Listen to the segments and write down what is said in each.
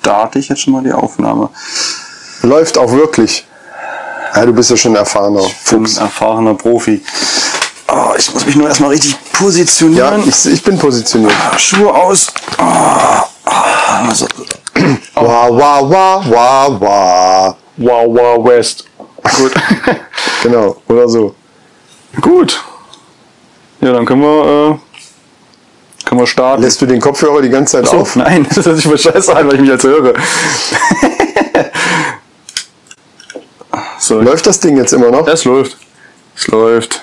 starte ich jetzt schon mal die Aufnahme. Läuft auch wirklich. Ja, du bist ja schon ein erfahrener Ich bin ein erfahrener Profi. Oh, ich muss mich nur erstmal richtig Ja, positionieren. ich, ich bin positioniert. Schuhe aus. Oh, ah, also, Oh. Wah, wah, wah, wah, wah. Wow, wow, West. Gut. Genau, oder so. Gut. Ja, dann können wir, äh, können wir starten. Lässt du den Kopfhörer die ganze Zeit auf. auf? Nein, das hört sich mal scheiße an, weil ich mich jetzt höre. so, Läuft das Ding jetzt immer noch? es läuft. Es läuft.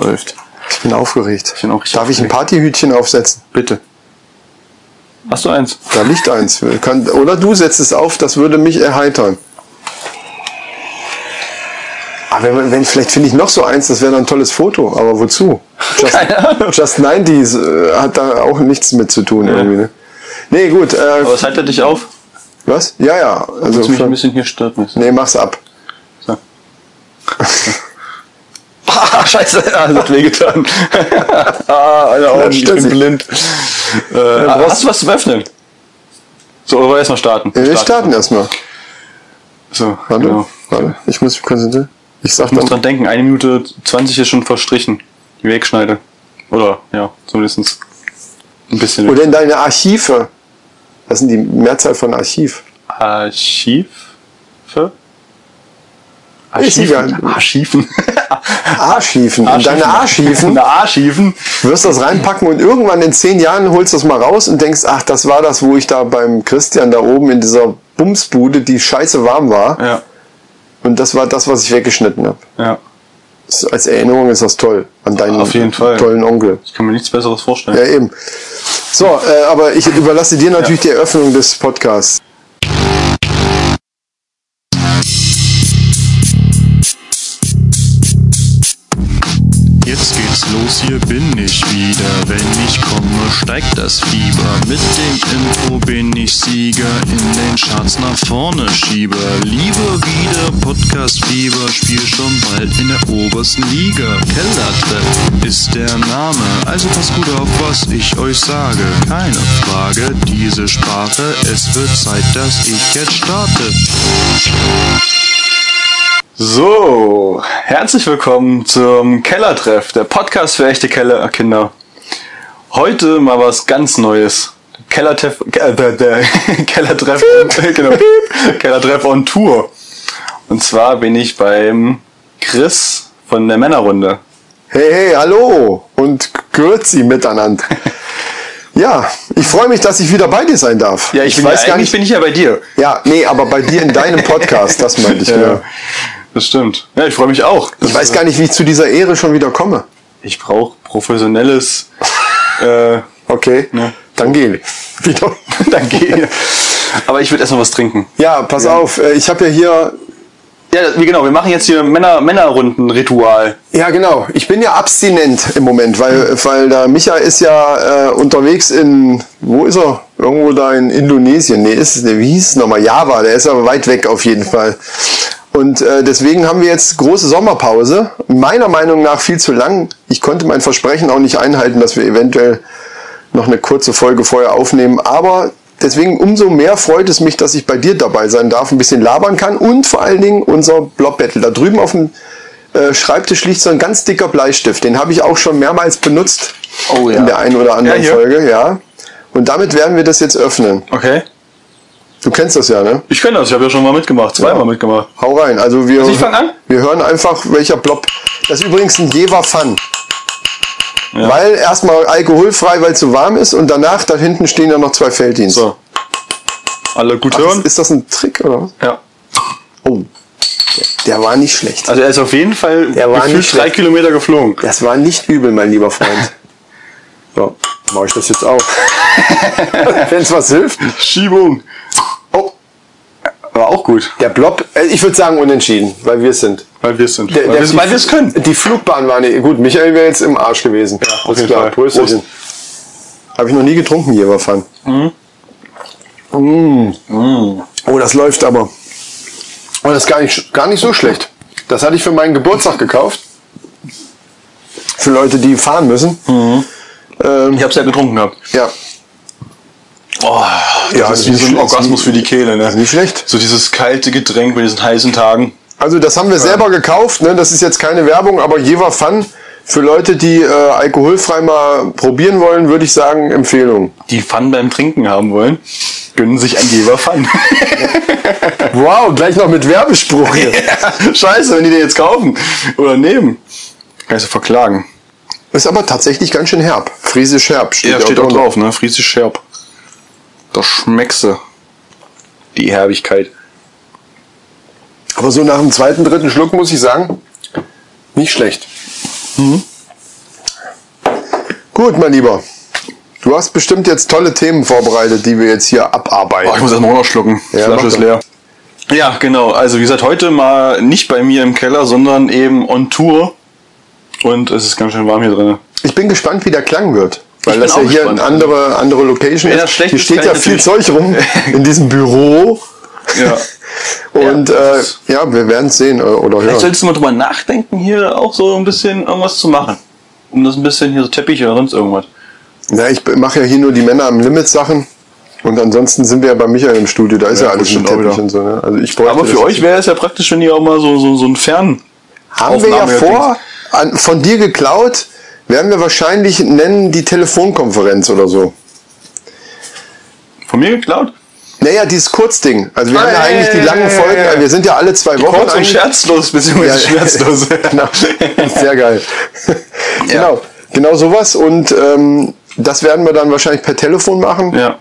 Läuft. Ich bin aufgeregt. bin auch richtig Darf ich ein aufgeregt. Partyhütchen aufsetzen? Bitte. Hast du eins? Da liegt eins. Kann, oder du setzt es auf, das würde mich erheitern. Aber Ah, wenn, man- wenn, vielleicht finde ich noch so eins, das wäre dann ein tolles Foto. Aber wozu? Just, Just 90s äh, hat da auch nichts mit zu tun. Irgendwie, ne? Nee, gut. Äh, Aber es haltet dich auf. was? Ja, ja. Du Also, mich ein schon- bisschen hier stört mich. nee, mach's ab. Ah, scheiße, ah, das hat wehgetan. ah, alle Augen, ich stört bin sie. blind. Äh, ah, hast du was zum Öffnen? So, oder wollen wir erstmal starten? Wir starten erstmal. So, Äh, Warte, genau. warte. Ich muss mich konzentrieren. Ich sag Ich muss dann, dran denken, eine Minute 20 ist schon verstrichen. Die wegschneide. Oder, ja, zumindest ein bisschen. oder in deine Archive. Das sind die Mehrzahl von Archiv. Archiv? Ist egal. Archiven. Archiven. Archiven. In deine Archiven. Deine Archiven. wirst das reinpacken und irgendwann in zehn Jahren holst du es mal raus und denkst, ach, das war das, wo ich da beim Christian da oben in dieser Bumsbude, die scheiße warm war. Ja, Und das war das, was ich weggeschnitten habe. ja. Als Erinnerung ist das toll an deinen Auf jeden Fall. tollen Onkel. Ich kann mir nichts Besseres vorstellen. Ja, eben. So, äh, aber ich überlasse dir natürlich die Eröffnung des Podcasts. Jetzt geht's los, hier bin ich wieder. Wenn ich komme, steigt das Fieber. Mit dem Info bin ich Sieger, in den Charts nach vorne schieber. Liebe wieder Podcast-Fieber, spiel schon bald in der obersten Liga. Kellertreff ist der Name, also passt gut auf, was ich euch sage. Keine Frage, diese Sprache, es wird Zeit, dass ich jetzt starte. So, herzlich willkommen zum Kellertreff, der Podcast für echte Keller äh, Kinder. Heute mal was ganz Neues. Kellertreff, äh, der, der Kellertreff, genau, Kellertreff on Tour. Und zwar bin ich beim Chris von der Männerrunde. Hey, hey, hallo und Grüezi miteinander. ja, ich freue mich, dass ich wieder bei dir sein darf. bin ja, eigentlich bin ich ja bei dir. Ja, nee, aber bei dir in deinem Podcast, das meinte ich. Ja, genau. Das stimmt. Ja, ich freue mich auch. Ich weiß gar nicht, wie ich zu dieser Ehre schon wieder komme. Ich brauche professionelles, äh, Okay, Ja. dann geh wieder. dann geh. Aber ich würde erstmal was trinken. Ja, pass auf, äh, ich habe ja hier. Ja, das- genau, wir machen jetzt hier Männer, Männerrunden-Ritual. Ja, genau. Ich bin ja abstinent im Moment, weil, weil der Micha ist ja äh, unterwegs in. Wo ist er? Irgendwo da in Indonesien. Nee, ist es. Nee, wie hieß es nochmal? Java. Der ist aber weit weg auf jeden Fall. Und äh, deswegen haben wir jetzt große Sommerpause. Meiner Meinung nach viel zu lang. Ich konnte mein Versprechen auch nicht einhalten, dass wir eventuell noch eine kurze Folge vorher aufnehmen. Aber deswegen umso mehr freut es mich, dass ich bei dir dabei sein darf, ein bisschen labern kann und vor allen Dingen unser Blob Battle. Da drüben auf dem äh, Schreibtisch liegt so ein ganz dicker Bleistift. Den habe ich auch schon mehrmals benutzt Oh ja. in der einen oder anderen Ja, hier. Folge. Ja. Und damit werden wir das jetzt öffnen. Okay. Du kennst das ja, ne? Ich kenne das, ich habe ja schon mal mitgemacht, zweimal Ja. mitgemacht. Hau rein. Also wir, ich fang an? wir hören einfach, welcher Blob. Das ist übrigens ein Jever Fun. Weil erstmal alkoholfrei, weil es so warm ist und danach da hinten stehen ja noch zwei Felddienste. So. Alle gut Ach, hören? ist, ist das ein Trick oder was? Ja. Oh. Der war nicht schlecht. Also er ist auf jeden Fall Der war nicht drei schlecht. Kilometer geflogen. Das war nicht übel, mein lieber Freund. So, mache ich das jetzt auch. Wenn es was hilft. Schiebung. Oh, War auch gut, der Blob. äh, Ich würde sagen unentschieden, weil wir es sind. weil wir es sind. Der- weil der- wir es- weil wir es können. Die Flugbahn war nicht. Gut, Michael wäre jetzt im Arsch gewesen. Ja, auf jeden Fall. Prösterchen. Habe ich noch nie getrunken, hier, Fan. Mhm. Mhm. Oh, das läuft aber. Oh, das ist gar nicht, gar nicht so schlecht. Das hatte ich für meinen Geburtstag gekauft. Für Mhm. Leute, die fahren müssen. Ähm, halt Ich habe es ja getrunken gehabt. ja. Boah, das Ja, ist ist wie nicht so ein schlecht. Orgasmus für die Kehle, ne? Ist nicht schlecht. So dieses kalte Getränk bei diesen heißen Tagen. Also das haben wir selber gekauft, ne? das ist jetzt keine Werbung, aber Jever Fun für Leute, die äh, alkoholfrei mal probieren wollen, würde ich sagen, Empfehlung. Die Fun beim Trinken haben wollen, gönnen sich ein Jever Fun. Wow, gleich noch mit Werbespruch hier. Scheiße, wenn die den jetzt kaufen oder nehmen. Kannst du verklagen. Ist aber tatsächlich ganz schön herb. Friesisch herb steht, Ja, ja steht auch drunter. drauf, ne? Friesisch Scherb. Da schmeckst du die Herbigkeit. Aber so nach dem zweiten, dritten Schluck muss ich sagen, nicht schlecht. Hm. Gut, mein Lieber. Du hast bestimmt jetzt tolle Themen vorbereitet, die wir jetzt hier abarbeiten. Boah, ich muss erstmal runterschlucken. Die Ja, Flasche mach ist doch. leer. Ja, genau. Also, wie gesagt, heute mal nicht bei mir im Keller, sondern eben on Tour. Und es ist ganz schön warm hier drin. Ich bin gespannt, wie der Klang wird. Weil Ich bin das ja auch hier gespannt. eine andere, andere Location Wenn das ist. schlecht Hier ist, steht kann ja ich viel natürlich- Zeug rum in diesem Büro. Ja. Und Ja, ja, das äh, ist- ja wir werden es sehen äh, oder Vielleicht hören. solltest du mal drüber nachdenken, hier auch so ein bisschen irgendwas zu machen. Um das ein bisschen hier so Teppich oder sonst irgendwas. Na, ich mache ja hier nur die Männer am Limit Sachen. Und ansonsten sind wir ja bei Michael im Studio. Da ist ja, Ja, gut, alles mit stimmt auch Teppich wieder. und so. Ne? Also ich Aber für euch wäre es ja praktisch, wenn ihr auch mal so, so, so ein Fern. Haben wir ja Aufnahme vor, an, von dir geklaut, werden wir wahrscheinlich nennen die Telefonkonferenz oder so. Von mir geklaut? Naja, dieses Kurzding. Also wir haben ja Ah, ja, eigentlich ja, die ja, langen ja, Folgen, ja, ja. wir sind ja alle zwei Wochen. Kurz und eigentlich- scherzlos, beziehungsweise schmerzlos. genau. Sehr geil. Genau, genau sowas. Und ähm, das werden wir dann wahrscheinlich per Telefon machen. Ja.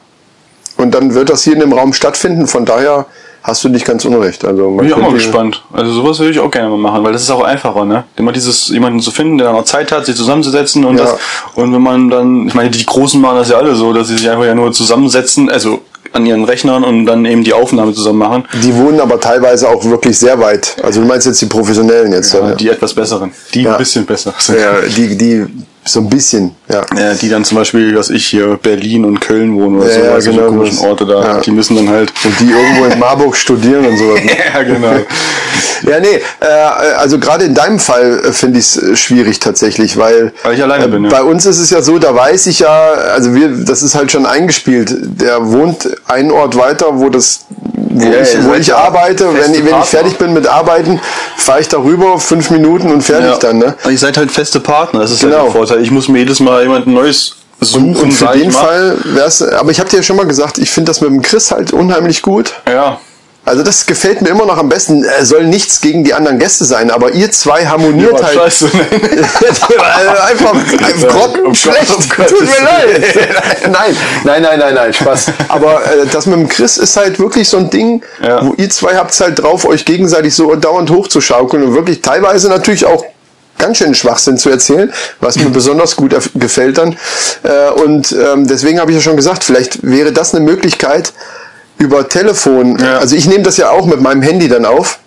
Und dann wird das hier in dem Raum stattfinden. Von daher hast du nicht ganz unrecht. Also man Bin ich auch mal könnte- gespannt. Also sowas würde ich auch gerne mal machen, weil das ist auch einfacher, ne? Immer dieses, jemanden zu finden, der dann auch Zeit hat, sich zusammenzusetzen und Ja. das. Und wenn man dann, ich meine, die Großen machen das ja alle so, dass sie sich einfach ja nur zusammensetzen, also an ihren Rechnern und dann eben die Aufnahme zusammen machen. Die wohnen aber teilweise auch wirklich sehr weit. Also du meinst jetzt die Professionellen jetzt. Aber oder? Die etwas besseren, die Ja. ein bisschen besser sind. ja, die, die so ein bisschen, ja. Ja, die dann zum Beispiel, dass ich hier Berlin und Köln wohne oder Ja, so, ja, weißt du, genau, so komischen das- Orte da, ja. die müssen dann halt. Und die irgendwo in Marburg studieren und sowas. ne? ja, genau. Ja, nee, äh, also gerade in deinem Fall äh, finde ich es schwierig tatsächlich, weil, äh, Weil ich alleine bin, ja. bei uns ist es ja so, da weiß ich ja, also wir, das ist halt schon eingespielt. Der wohnt einen Ort weiter, wo das, wo Ja, ich, ihr wo seid ich ja arbeite. feste Wenn, ich- wenn Partner. ich fertig bin mit Arbeiten, fahre ich darüber fünf Minuten und fertig Ja. dann, ne? Aber Ihr seid halt feste Partner, das ist halt Genau. der Vorteil. Ich muss mir jedes Mal jemand Neues suchen, Und für sag ich den mal. Fall wär's, aber ich habe dir ja schon mal gesagt, ich finde das mit dem Chris halt unheimlich gut. Ja. Also das gefällt mir immer noch am besten. Äh, soll nichts gegen die anderen Gäste sein, aber ihr zwei harmoniert Ja, halt. scheiße, nein. einfach Ja, einfach grottenschlecht. um Gott- um Tut mir Gottes leid. nein, nein, nein, nein, nein, Spaß. Aber äh, das mit dem Chris ist halt wirklich so ein Ding, Ja. wo ihr zwei habt halt drauf, euch gegenseitig so dauernd hochzuschaukeln und wirklich teilweise natürlich auch ganz schön Schwachsinn zu erzählen, was mir besonders gut erf- gefällt dann. Äh, und ähm, deswegen habe ich ja schon gesagt, vielleicht wäre das eine Möglichkeit über Telefon. Ja. Also ich nehme das ja auch mit meinem Handy dann auf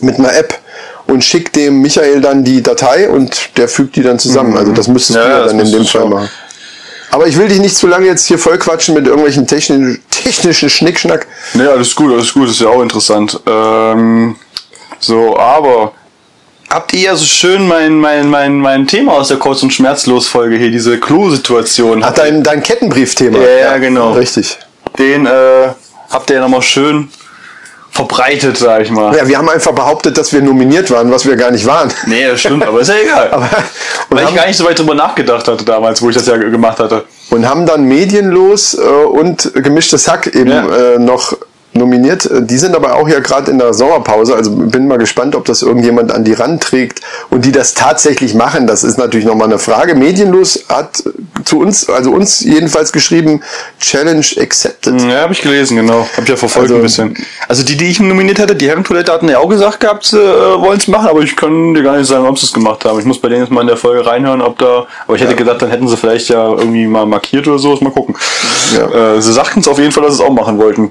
mit einer App und schickt dem Michael dann die Datei und der fügt die dann zusammen. Also das müsstest Mhm. Ja, du ja, ja das dann in dem müsstest du Fall schon. machen. Aber ich will dich nicht zu lange jetzt hier vollquatschen mit irgendwelchen technischen, technischen Schnickschnack. Nee, alles gut, alles gut, ist ja auch interessant. Ähm, so, aber habt ihr ja so schön mein, mein, mein, mein Thema aus der Kurz- und Schmerzlos-Folge hier, diese Klo-Situation. Ach, dein, dein Kettenbriefthema. Ja, ja, genau. Richtig. Den äh, habt ihr ja nochmal schön verbreitet, sag ich mal. Ja, wir haben einfach behauptet, dass wir nominiert waren, was wir gar nicht waren. Nee, das stimmt, aber ist ja egal. Aber, und, Weil ich haben, gar nicht so weit drüber nachgedacht hatte damals, wo ich das ja ge- gemacht hatte. und haben dann medienlos äh, und gemischtes Hack eben Ja. äh, noch nominiert. Äh, Die sind aber auch ja gerade in der Sommerpause. Also bin mal gespannt, ob das irgendjemand an die ranträgt und die das tatsächlich machen. Das ist natürlich nochmal eine Frage. Medienlos hat zu uns, also uns jedenfalls geschrieben, Challenge accepted. Ja, habe ich gelesen, genau. Hab ich ja verfolgt Also- ein bisschen. Also die, die ich nominiert hatte, die Herrentoilette hatten ja auch gesagt gehabt, sie äh, wollen es machen, aber ich kann dir gar nicht sagen, ob sie es gemacht haben. Ich muss bei denen jetzt mal in der Folge reinhören, ob da. Aber ich hätte gedacht, dann hätten sie vielleicht ja irgendwie mal markiert oder so. Mal gucken. Ja. Äh, sie sagten es auf jeden Fall, dass sie es auch machen wollten.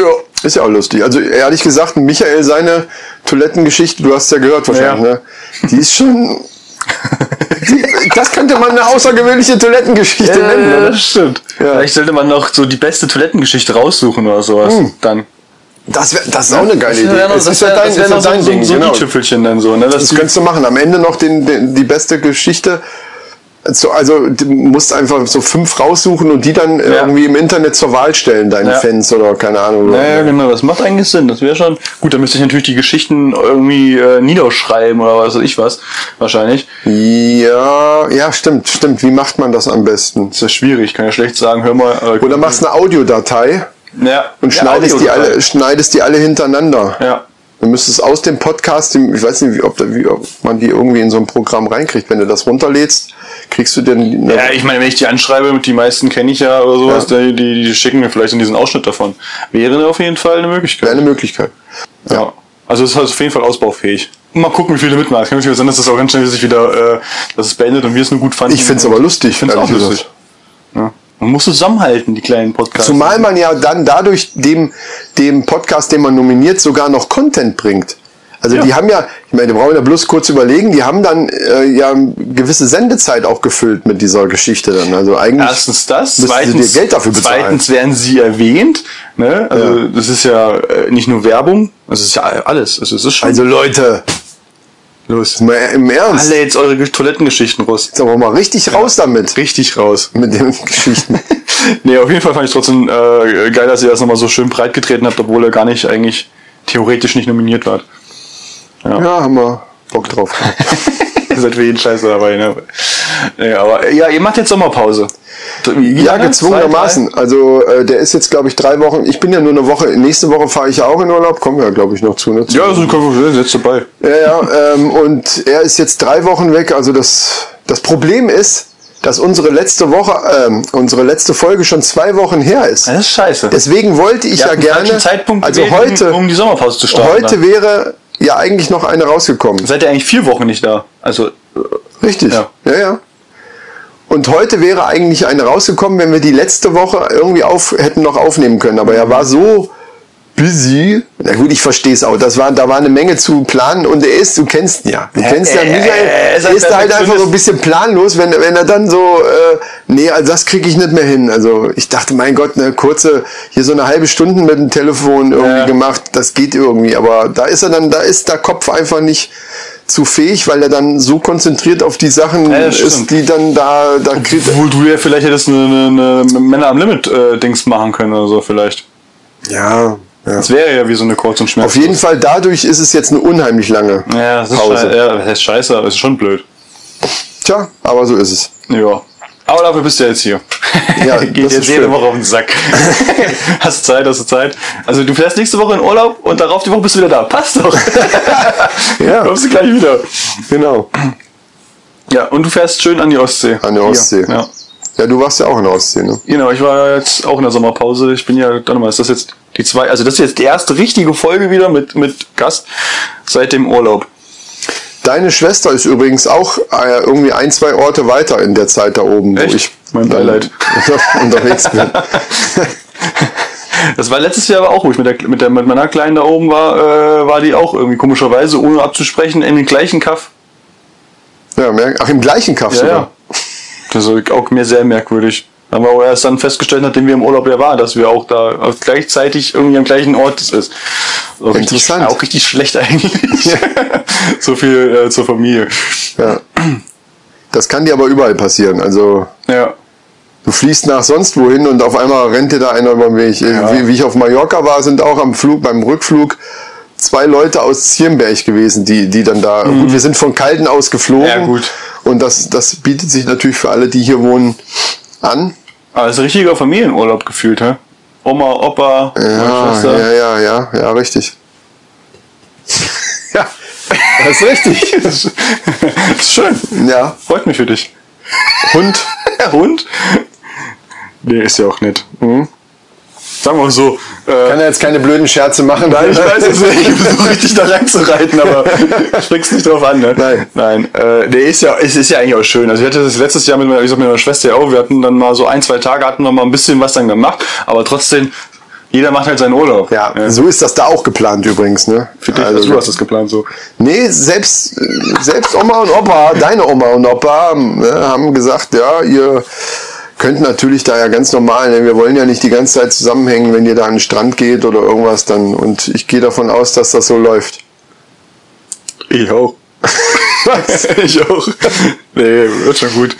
Ja, ist ja auch lustig. Also ehrlich gesagt, Michael, seine Toilettengeschichte, du hast ja gehört wahrscheinlich, Ja. ne? Die ist schon... Die, das könnte man eine außergewöhnliche Toilettengeschichte nennen. ne? Oder? Äh, stimmt. Ja. Vielleicht sollte man noch so die beste Toilettengeschichte raussuchen oder sowas. Dann. Das, wär, das ist auch eine geile Idee. wär noch- Es ist ja wär- dein, das wär ist ja noch so- dein so, Ding, so ein genau. i-Tüpfelchen dann so. Ne? Dass Das die- könntest du machen. Am Ende noch den, den, die beste Geschichte Also, also du musst einfach so fünf raussuchen und die dann äh, irgendwie im Internet zur Wahl stellen, deinen Ja. Fans oder keine Ahnung. Ja, ja, genau, das macht eigentlich Sinn. Das wäre schon. Gut, dann müsste ich natürlich die Geschichten irgendwie äh, niederschreiben oder was weiß ich was. Wahrscheinlich. Ja, ja, stimmt, stimmt. Wie macht man das am besten? Ist ja schwierig, kann ja schlecht sagen, hör mal. Äh, Oder machst eine Audiodatei ja, und ja, schneidest, die Audiodatei. alle, schneidest die alle hintereinander. Ja. Du müsstest aus dem Podcast, dem- ich weiß nicht, wie, ob, da, wie, ob man die irgendwie in so ein Programm reinkriegt. Wenn du das runterlädst, kriegst du dann. Ja, ich meine, wenn ich die anschreibe, die meisten kenne ich ja oder sowas, Ja. Die, die, die schicken mir vielleicht in diesen Ausschnitt davon. Wäre auf jeden Fall eine Möglichkeit. wäre eine Möglichkeit. Ja. Also es ist auf jeden Fall ausbaufähig. Mal gucken, wie viele mitmachen. Es kann natürlich sein, dass das auch ganz schnell sich wieder, äh, dass es beendet und wir es nur gut fanden. Ich find's aber lustig, Ich finde es auch ehrlich gesagt. lustig. Ja. Man muss zusammenhalten, die kleinen Podcasts. Zumal man ja dann dadurch dem, dem Podcast, den man nominiert, sogar noch Content bringt. Also die haben ja, ich meine, die brauchen ja bloß kurz überlegen, die haben dann äh, ja eine gewisse Sendezeit auch gefüllt mit dieser Geschichte dann. Also eigentlich. Erstens das, müssten sie zweitens, dir Geld dafür bezahlen. zweitens werden sie erwähnt. Ne? Also das ist ja äh, nicht nur Werbung, also es ist ja alles. Also es ist schon also Leute, los. mal e-, im Ernst. Alle jetzt eure Toilettengeschichten raus. Jetzt aber mal richtig raus damit. Richtig raus. Mit den Geschichten. nee, auf jeden Fall fand ich trotzdem äh, geil, dass ihr das nochmal so schön breit getreten habt, obwohl er gar nicht eigentlich theoretisch nicht nominiert war. ja, haben wir Bock drauf. ihr seid für jeden Scheiße dabei, ne? Nee, aber äh, ja, ihr macht jetzt Sommerpause. Wie Ja, lange? gezwungenermaßen. Also äh, der ist jetzt, glaube ich, drei Wochen. Ich bin ja nur eine Woche. Nächste Woche fahre ich ja auch in Urlaub. Kommen wir ja, glaube ich, noch zu. Ne? Zwei, drei? Ja, also komm, jetzt dabei. Ja, ja. Ähm, und er ist jetzt drei Wochen weg. Also das, das Problem ist, dass unsere letzte Woche, ähm, unsere letzte Folge schon zwei Wochen her ist. Das ist scheiße. Deswegen wollte ich Ihr ja habt einen gerne. falschen Zeitpunkt also gewählt, heute, um, um die Sommerpause zu starten. heute dann. wäre ja eigentlich noch eine rausgekommen. seid ihr eigentlich vier Wochen nicht da. Also Richtig. Ja. Ja. ja, Und heute wäre eigentlich eine rausgekommen, wenn wir die letzte Woche irgendwie auf, hätten noch aufnehmen können. Aber er war so busy. Na gut, ich verstehe es auch. Das war, da war eine Menge zu planen und er ist, du kennst ihn ja. Du kennst ja äh, Michael. äh, er ist Er ein ist da halt einfach so ein bisschen planlos, wenn, wenn er dann so, äh, nee, also das kriege ich nicht mehr hin. Also ich dachte, mein Gott, eine kurze, hier so eine halbe Stunde mit dem Telefon irgendwie Ja. gemacht, das geht irgendwie. Aber da ist er dann, da ist der Kopf einfach nicht zu fähig, weil er dann so konzentriert auf die Sachen Ja, das stimmt. ist, die dann da, da kriegt obwohl du ja vielleicht hättest eine, eine, eine Männer am Limit äh, Dings machen können oder so vielleicht. ja, ja. Das wäre ja wie so eine kurz und schmerz. Auf jeden Fall dadurch ist es jetzt eine unheimlich lange ja, das ist Pause. scheiße. Ja, das heißt scheiße, aber es ist schon blöd. Tja, aber so ist es. Ja. Aber dafür bist du jetzt hier. Ja, Geht das jetzt ist jede schön. Woche auf den Sack. hast Zeit, hast du Zeit. Also du fährst nächste Woche in Urlaub und darauf die Woche bist du wieder da. Passt doch. Ja. Kommst du gleich wieder. Genau. Ja, und du fährst schön an die Ostsee. An der Ostsee. Ja. Ja, du warst ja auch in der Ostsee, ne? Genau, ich war ja jetzt auch in der Sommerpause. Ich bin ja, dann mal, ist das jetzt die zwei, also das ist jetzt die erste richtige Folge wieder mit, mit Gast seit dem Urlaub. Deine Schwester ist übrigens auch äh, irgendwie ein, zwei Orte weiter in der Zeit da oben, Echt? wo ich Mein dann Beileid. unterwegs bin. Das war letztes Jahr aber auch, wo ich mit, der, mit, der, mit meiner Kleinen da oben war, äh, war die auch irgendwie komischerweise, ohne abzusprechen, in den gleichen Kaff. Ja, merk- ach, im gleichen Kaff Ja, sogar. ja. Das ist auch mir sehr merkwürdig. Haben wir auch erst dann festgestellt, nachdem wir im Urlaub ja waren, dass wir auch da auf- gleichzeitig irgendwie am gleichen Ort das ist. Auch Interessant. Richtig, auch richtig schlecht eigentlich. so viel äh, zur Familie. Ja. Das kann dir aber überall passieren. Also Ja. du fliehst nach sonst wohin und auf einmal rennt dir da einer über den Weg. Äh, Wie, wie ich auf Mallorca war, sind auch am Flug, beim Rückflug zwei Leute aus Zirnberg gewesen, die, die dann da. Gut, wir sind von Kalden aus geflogen. Mhm. Ja, gut. Und das, das bietet sich natürlich für alle, die hier wohnen, an. Aber es Ah, ist ein richtiger Familienurlaub gefühlt, hä? Oma, Opa, meine Ja, Schwester. ja, ja, ja, ja, richtig. ja, das ist richtig. Das ist schön. Ja, Freut mich für dich. Hund. Hund? Nee, ist ja auch nett. Mhm. Sagen wir mal so. Äh, Kann er jetzt keine blöden Scherze machen? Nein, ich weiß jetzt nicht, ich versuche richtig da reinzureiten, aber springst nicht drauf an, ne? Nein. Nein. Äh, nee, ist ja, es ist ja eigentlich auch schön. Also ich hatte das letztes Jahr mit meiner, wie gesagt, mit meiner Schwester ja auch, wir hatten dann mal so ein, zwei Tage hatten wir mal ein bisschen was dann gemacht, aber trotzdem, jeder macht halt seinen Urlaub. Ja, so ist das da auch geplant übrigens, ne? Für dich, also, du hast das geplant so. Nee, selbst, äh, selbst Oma und Opa, deine Oma und Opa, ne, haben gesagt, ja, ihr könnt natürlich da ja ganz normal, denn wir wollen ja nicht die ganze Zeit zusammenhängen, wenn ihr da an den Strand geht oder irgendwas dann. Und ich gehe davon aus, dass das so läuft. Ich auch. ich auch. Nee, wird schon gut.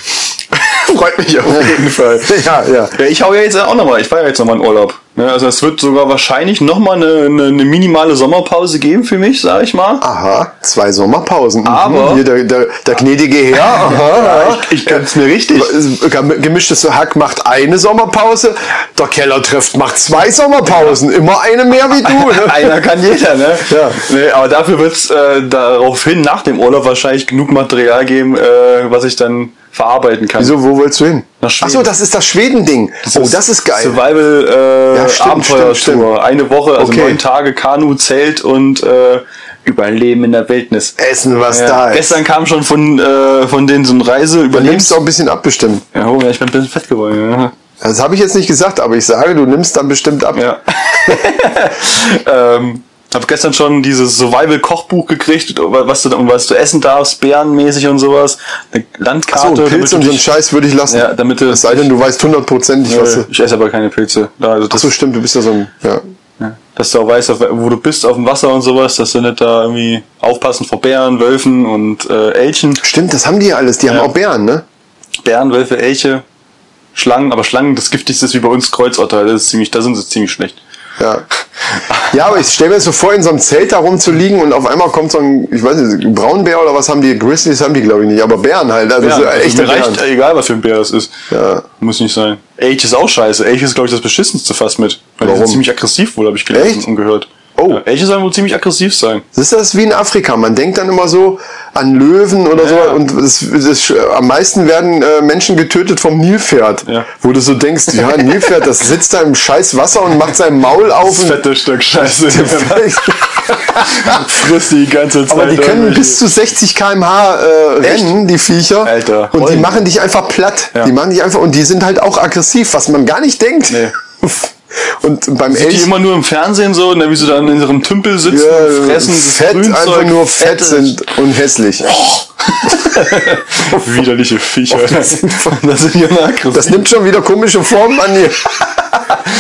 Freut mich auf jeden Fall. Ja, ja. Ja, ich hau ja jetzt auch nochmal, ich fahre ja jetzt nochmal in Urlaub. Ne, Also es wird sogar wahrscheinlich nochmal eine, eine, eine minimale Sommerpause geben für mich, sag ich mal. Aha, zwei Sommerpausen. Mhm, Aber- Hier, der, der, der gnädige Herr. Aha, Ich kann's mir richtig. Gem- Gemischtes Hack macht eine Sommerpause, der Keller trifft macht zwei Sommerpausen, immer eine mehr wie du. Einer kann jeder, ne? Ja. Nee, aber dafür wird's äh, daraufhin nach dem Urlaub wahrscheinlich genug Material geben, äh, was ich dann verarbeiten kann. Wieso, wo willst du hin? Nach Schweden. Achso, das ist das Schweden-Ding. Oh, das ist geil. Survival äh, Ja, stimmt, Abenteuer stimmt, stimmt. Tour. Eine Woche, also Okay. neun Tage Kanu, Zelt und äh, Überleben in der Wildnis. Essen, was Ja, da ist. Gestern kam schon von, äh, von denen so ein Reise du nimmst überlebst. auch ein bisschen ab bestimmt. Ja, oh, ja, ich bin ein bisschen fett geworden. Ja. Das habe ich jetzt nicht gesagt, aber ich sage, du nimmst dann bestimmt ab. Ja. ähm, hab gestern schon dieses Survival-Kochbuch gekriegt, was du, um was du essen darfst, bärenmäßig und sowas. Eine Landkarte. Achso, damit Pilz du und so einen dich- Scheiß würde ich lassen. Ja, damit du- es sei denn, du weißt hundertprozentig, was Nö, du... Ich esse aber keine Pilze. Ja, Also das, Achso, stimmt, du bist ja so ein... Ja. ja, dass du auch weißt, auf, wo du bist, auf dem Wasser und sowas, dass du nicht da irgendwie aufpassen vor Bären, Wölfen und äh, Elchen. Stimmt, das haben die ja alles. Die haben auch Bären, ne? Bären, Wölfe, Elche, Schlangen, aber Schlangen, das giftigste ist wie bei uns Kreuzotter. Das ist ziemlich, da sind sie ziemlich schlecht. Ja. Ja, aber ich stelle mir jetzt so vor, in so einem Zelt da rumzuliegen und auf einmal kommt so ein, ich weiß nicht, Braunbär oder was haben die? Grizzlies haben die, glaube ich, nicht, aber Bären halt. Also, Bären, so also echte mir reicht, Bären. egal was für ein Bär es ist. Ja. Muss nicht sein. Elch ist auch scheiße. Elch ist, glaube ich, das beschissenste fast mit. Weil die Warum? sind ziemlich aggressiv wohl, habe ich gelesen Echt? und gehört. Oh. Ja, Elche sollen wohl ziemlich aggressiv sein. Das ist das wie in Afrika. Man denkt dann immer so an Löwen oder so. Und das, das, äh, am meisten werden äh, Menschen getötet vom Nilpferd. Ja. Wo du so denkst, ja, ein Nilpferd, das sitzt da im scheiß Wasser und macht sein Maul auf. Das Und fette Stück Scheiße. Frisst die ganze Zeit. aber die können irgendwelche- bis zu 60 km/h äh, rennen, die Viecher. Alter. Und die Rollen. machen dich einfach platt. Ja. Die machen dich einfach und die sind halt auch aggressiv, was man gar nicht denkt. Nee. Und beim Die Elch immer nur im Fernsehen so, und dann wie sie da in unserem Tümpel sitzen, und ja, fressen das fett, Grünzeug, einfach nur fett fette- sind und hässlich. Widerliche Viecher. das sind ja mal aggressiv. Oh, Das nimmt schon wieder komische Formen an. die-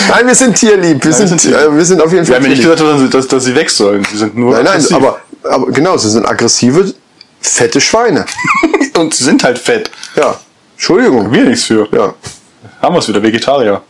Nein, wir sind tierlieb. Wir, wir sind, sind tierlieb. äh, wir sind auf jeden Wir haben Fall ja nicht tierlieb. gesagt, dass, dass, dass sie weg sollen. Sie sind nur Nein, nein, aggressiv. aber, aber genau, sie sind aggressive, fette Schweine. Und sie sind halt fett. Ja, Entschuldigung. Wir nichts für. Ja, Haben wir es wieder, Vegetarier.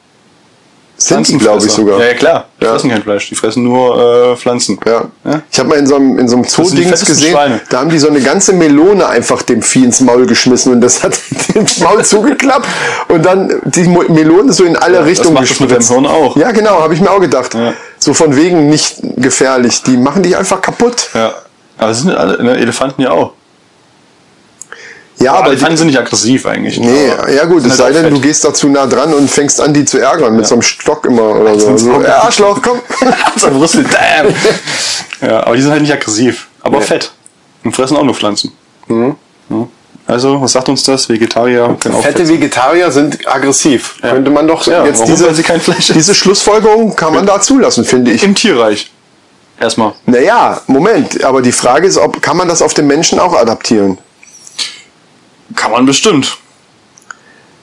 sind die, glaube ich, Pflanzenfresser. sogar. Ja, ja klar. Die Ja. fressen kein Fleisch, die fressen nur äh, Pflanzen. Ja. Ich habe mal in so einem, in so einem sind die Zoo-Dings fettesten gesehen, Schweine. da haben die so eine ganze Melone einfach dem Vieh ins Maul geschmissen und das hat dem Maul zugeklappt und dann die Mo- Melone so in alle Richtungen macht das mit gespritzt. deinem Hirn auch. Ja, genau, habe ich mir auch gedacht. Ja. So von wegen nicht gefährlich. Die machen dich einfach kaputt. Ja. Aber das sind alle, ne, Elefanten ja auch. Ja, Aber aber die, Elefanten sind nicht aggressiv eigentlich. Nee, Aber ja gut, sind es sei halt auch denn, du fett. gehst da zu nah dran und fängst an, die zu ärgern mit so einem Stock immer oder so. Sonst so kommt- "Ey, Arschloch, komm. Hat's am Rüssel, damn! ja, aber die sind halt nicht aggressiv, aber fett. Und fressen auch nur Pflanzen. Mhm. Ja. Also, was sagt uns das? Vegetarier können auch fett. Vegetarier sind aggressiv. Könnte man doch Ja, jetzt warum? diese, Weil sie kein Fleisch diese Schlussfolgerung kann man da zulassen, finde ich. Im Tierreich. Erstmal. Naja, Moment, aber die Frage ist, ob kann man das auf den Menschen auch adaptieren? Kann man bestimmt.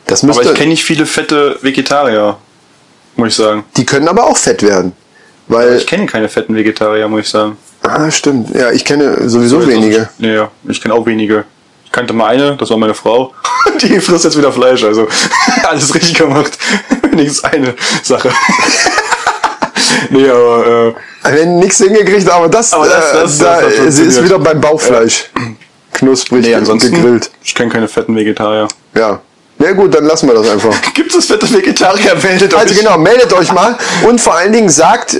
Das Aber müsste, ich kenne nicht viele fette Vegetarier, muss ich sagen. die können aber auch fett werden. Weil, Ich kenne keine fetten Vegetarier, muss ich sagen. ah, stimmt, ja, ich kenne sowieso Also, wenige. Ich, nee, ja, ich kenne auch wenige. Ich kannte mal eine, das war meine Frau. Die frisst jetzt wieder Fleisch, also alles richtig gemacht. Wenigstens eine Sache. nee, aber äh, Wenn nichts hingekriegt, aber das, Aber das- das- äh, da, das hat sie ist funktioniert. wieder beim Bauchfleisch. Knusprig äh, ge- ansonsten. gegrillt. Ich kenne keine fetten Vegetarier. Ja. Na gut, dann lassen wir das einfach. Gibt es fette Vegetarier? Meldet Also genau, meldet euch mal und vor allen Dingen sagt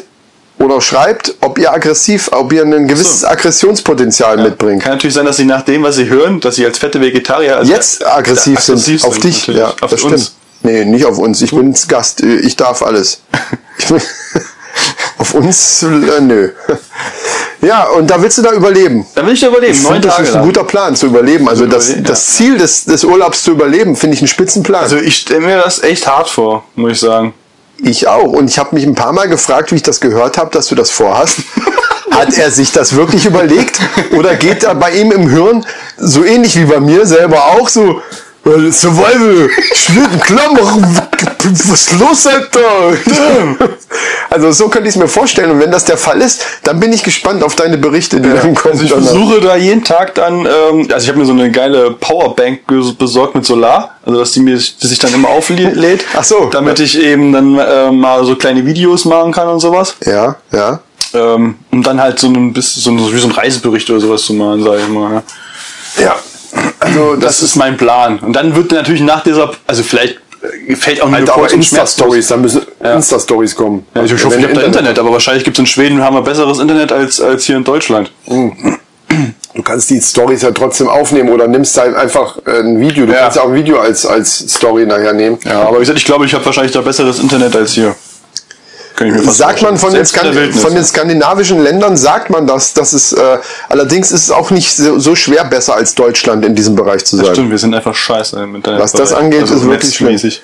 oder schreibt, ob ihr aggressiv, ob ihr ein gewisses Aggressionspotenzial mitbringt. Kann natürlich sein, dass sie nach dem, was sie hören, dass sie als fette Vegetarier. Also Jetzt aggressiv, sind, auf natürlich. dich, ja, auf das stimmt. uns. Nee, nicht auf uns. Ich bin Gast, äh, ich darf alles. Ich bin auf uns, äh, nö. Ja, und da willst du da überleben. Dann will ich da überleben. Ich Neun finde, das Tage ist ein lang. guter Plan zu überleben. Also das, überleben, das Ziel des, des Urlaubs zu überleben, finde ich einen spitzen Plan. Also ich stelle mir das echt hart vor, muss ich sagen. Ich auch. Und ich habe mich ein paar Mal gefragt, wie ich das gehört habe, dass du das vorhast. Hat er sich das wirklich überlegt? Oder geht da bei ihm im Hirn so ähnlich wie bei mir selber auch so äh, Survival, Schlitten, Klammer, was ist los, Alter? Also so könnte ich es mir vorstellen. Und wenn das der Fall ist, dann bin ich gespannt auf deine Berichte, die dann kommen. Also ich Donnerstag. versuche da jeden Tag dann, ähm, also ich habe mir so eine geile Powerbank ges- besorgt mit Solar, also dass die mir dass sich dann immer auflädt. Ach so. Damit ich eben dann äh, mal so kleine Videos machen kann und sowas. ja, ja. Ähm, um dann halt so ein bisschen so, ein- wie so ein Reisebericht oder sowas zu machen, sage ich mal. Ja. Ja. Also Das ist mein Plan. Und dann wird natürlich nach dieser, also vielleicht äh, fällt auch eine Halt Alter, aber kurze und schmerzlos- Insta-Stories, da müssen Insta-Stories kommen. Ja, ich Wenn hoffe, ich habe da Internet- Internet, aber wahrscheinlich gibt es in Schweden haben wir besseres Internet als, als hier in Deutschland. Du kannst die Stories ja trotzdem aufnehmen oder nimmst halt einfach äh, ein Video. Du Ja. kannst ja auch ein Video als, als Story nachher nehmen. Ja, aber wie gesagt, ich glaube, ich habe wahrscheinlich da besseres Internet als hier. Kann ich mir fast Sagt man von vorstellen. den, Selbst in Skan- der Wildnis. von den skandinavischen Ländern, sagt man das. das ist, äh, allerdings ist es auch nicht so, so schwer besser als Deutschland in diesem Bereich zu sein. Stimmt, wir sind einfach scheiße im Internet. Also Was das angeht, ist wirklich schlimm. netzmäßig.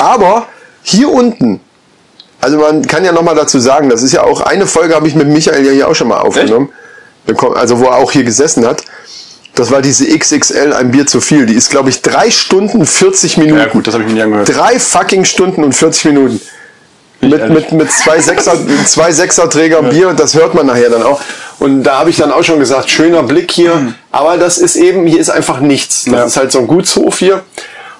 Aber hier unten, also man kann ja nochmal dazu sagen, das ist ja auch eine Folge, habe ich mit Michael ja hier auch schon mal aufgenommen. Wir kommen- Also wo er auch hier gesessen hat. Das war diese XXL, ein Bier zu viel. Die ist, glaube ich, drei Stunden 40 Minuten. Ja gut, das habe ich mir nie angehört. Drei fucking Stunden und 40 Minuten. Mit, mit, mit zwei Sechser, mit zwei Sechserträger Bier und das hört man nachher dann auch. Und da habe ich dann auch schon gesagt, schöner Blick hier. Aber das ist eben, hier ist einfach nichts. Das ist halt so ein Gutshof hier.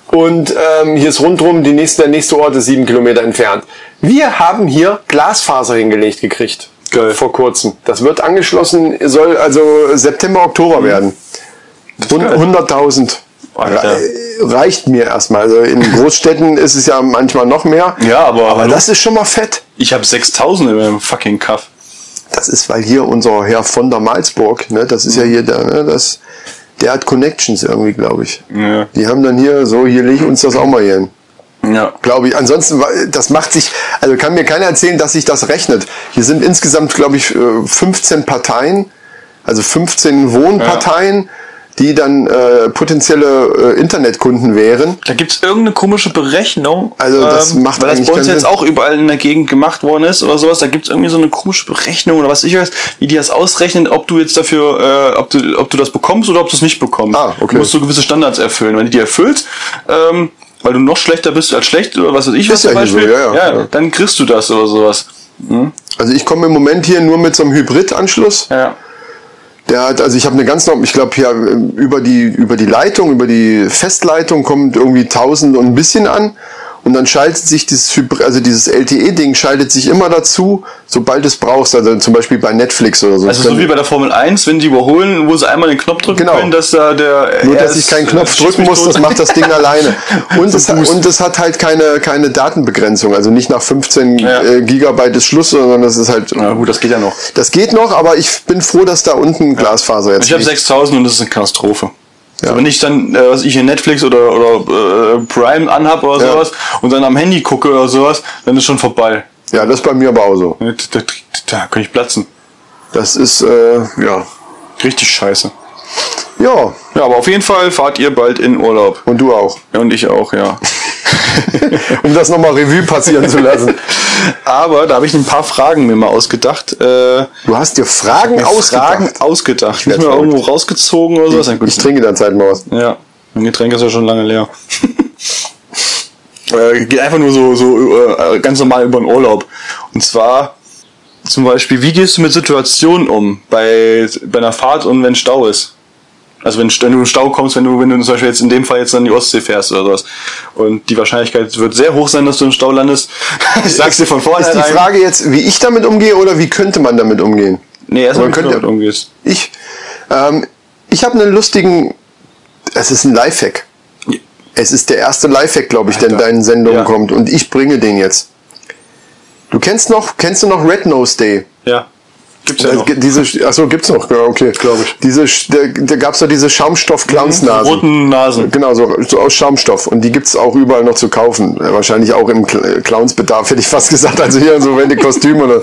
Und ähm, hier ist rundrum die nächste, der nächste Ort ist sieben Kilometer entfernt. Wir haben hier Glasfaser hingelegt gekriegt. Geil. Vor kurzem. Das wird angeschlossen, soll Soll also September, Oktober werden. Hund- 100.000. Alter. Re- Reicht mir erstmal. Also in Großstädten ist es ja manchmal noch mehr. Ja, aber, Aber das ist schon mal fett. ich habe 6000 in meinem fucking Kaff. Das ist, weil hier unser Herr von der Malzburg, ne, das ist Mhm. ja hier der, ne, das, der hat Connections irgendwie, glaube ich. Ja. Die haben dann hier so, hier leg uns das auch mal hier hin. Ja. Glaube ich. Ansonsten, wa- das macht sich, also kann mir keiner erzählen, dass sich das rechnet. Hier sind insgesamt, glaube ich, äh, 15 Parteien, also 15 Wohnparteien, die dann äh, potenzielle äh, Internetkunden wären. Da gibt's irgendeine komische Berechnung. ähm, Also das macht Weil das eigentlich bei uns keinen jetzt Sinn. auch überall in der Gegend gemacht worden ist oder sowas. Da gibt's irgendwie so eine komische Berechnung oder was ich weiß, wie die das ausrechnen, ob du jetzt dafür, äh, ob, du, ob du das bekommst oder ob du es nicht bekommst. Ah, okay. Du musst so gewisse Standards erfüllen. Wenn du die erfüllst, ähm, weil du noch schlechter bist als schlecht oder was weiß ich was Ist ja hier so, ja, ja. Ja. dann kriegst du das oder sowas. Hm? Also ich komme im Moment hier nur mit so einem Hybrid-Anschluss. Ja. Der hat, also ich habe eine ganz norm- ich glaube hier ähm, über die über die Leitung, über die Festleitung kommt irgendwie 1000 und ein bisschen an und dann schaltet sich dieses Hybr- also dieses LTE Ding schaltet sich immer dazu, sobald es brauchst, also zum Beispiel bei Netflix oder so. Also so wie bei der Formel 1, wenn die überholen, wo sie einmal den Knopf drücken Genau. können, dass da der nur, dass ich keinen Knopf drücken muss, das macht das Ding alleine. Und es, hat, und es hat halt keine, keine Datenbegrenzung. Also nicht nach 15 Ja. äh, Gigabyte ist Schluss, sondern das ist halt. Na gut, das geht ja noch. Das geht noch, aber ich bin froh, dass da unten Glasfaser jetzt Ich habe liegt. 6000 und das ist eine Katastrophe. Also wenn ich dann, äh, was ich hier Netflix oder, oder äh, Prime anhab oder Ja. sowas und dann am Handy gucke oder sowas, dann ist schon vorbei. Ja, das ist bei mir aber auch so. Da, da, da kann ich platzen. Das ist, äh, ja. Richtig scheiße. Ja, Ja, aber auf jeden Fall fahrt ihr bald in Urlaub. und du auch. Und ich auch, ja. um das nochmal Revue passieren zu lassen. aber da habe ich ein paar Fragen mir mal ausgedacht. Äh, Du hast dir Fragen ausgedacht. Fragen ausgedacht. werd Nicht mal verrückt. irgendwo rausgezogen oder sowas. Ich trinke dann Zeit mal was. Ja, mein Getränk ist ja schon lange leer. äh, geht einfach nur so, so äh, ganz normal über den Urlaub. Und zwar zum Beispiel, wie gehst du mit Situationen um bei, bei einer Fahrt und wenn Stau ist? Also wenn, wenn du in Stau kommst, wenn du, wenn du zum Beispiel jetzt in dem Fall jetzt an die Ostsee fährst oder sowas. Und die Wahrscheinlichkeit wird sehr hoch sein, dass du im Stau landest. ich sag's dir von Ist vornherein. die Frage jetzt, wie ich damit umgehe oder wie könnte man damit umgehen? nee, erstmal Man wie du könnte- damit umgehst. Ich, ähm, ich habe einen lustigen, es ist ein Lifehack. Ja. Es ist der erste Lifehack, glaube ich, der in deinen Sendungen Ja. kommt und ich bringe den jetzt. Du kennst noch, kennst du noch Red Nose Day? Ja. Gibt's ja noch. Äh, Diese, achso, gibt's noch, ja, okay. Glaube ich. Diese, da, da gab's ja diese Schaumstoff-Clownsnasen. Mhm. Roten Nasen. Genau, so, so aus Schaumstoff. Und die gibt's auch überall noch zu kaufen. Äh, Wahrscheinlich auch im Cl- äh, Clownsbedarf, hätte ich fast gesagt. Also hier so wenn die Kostüme. Oder.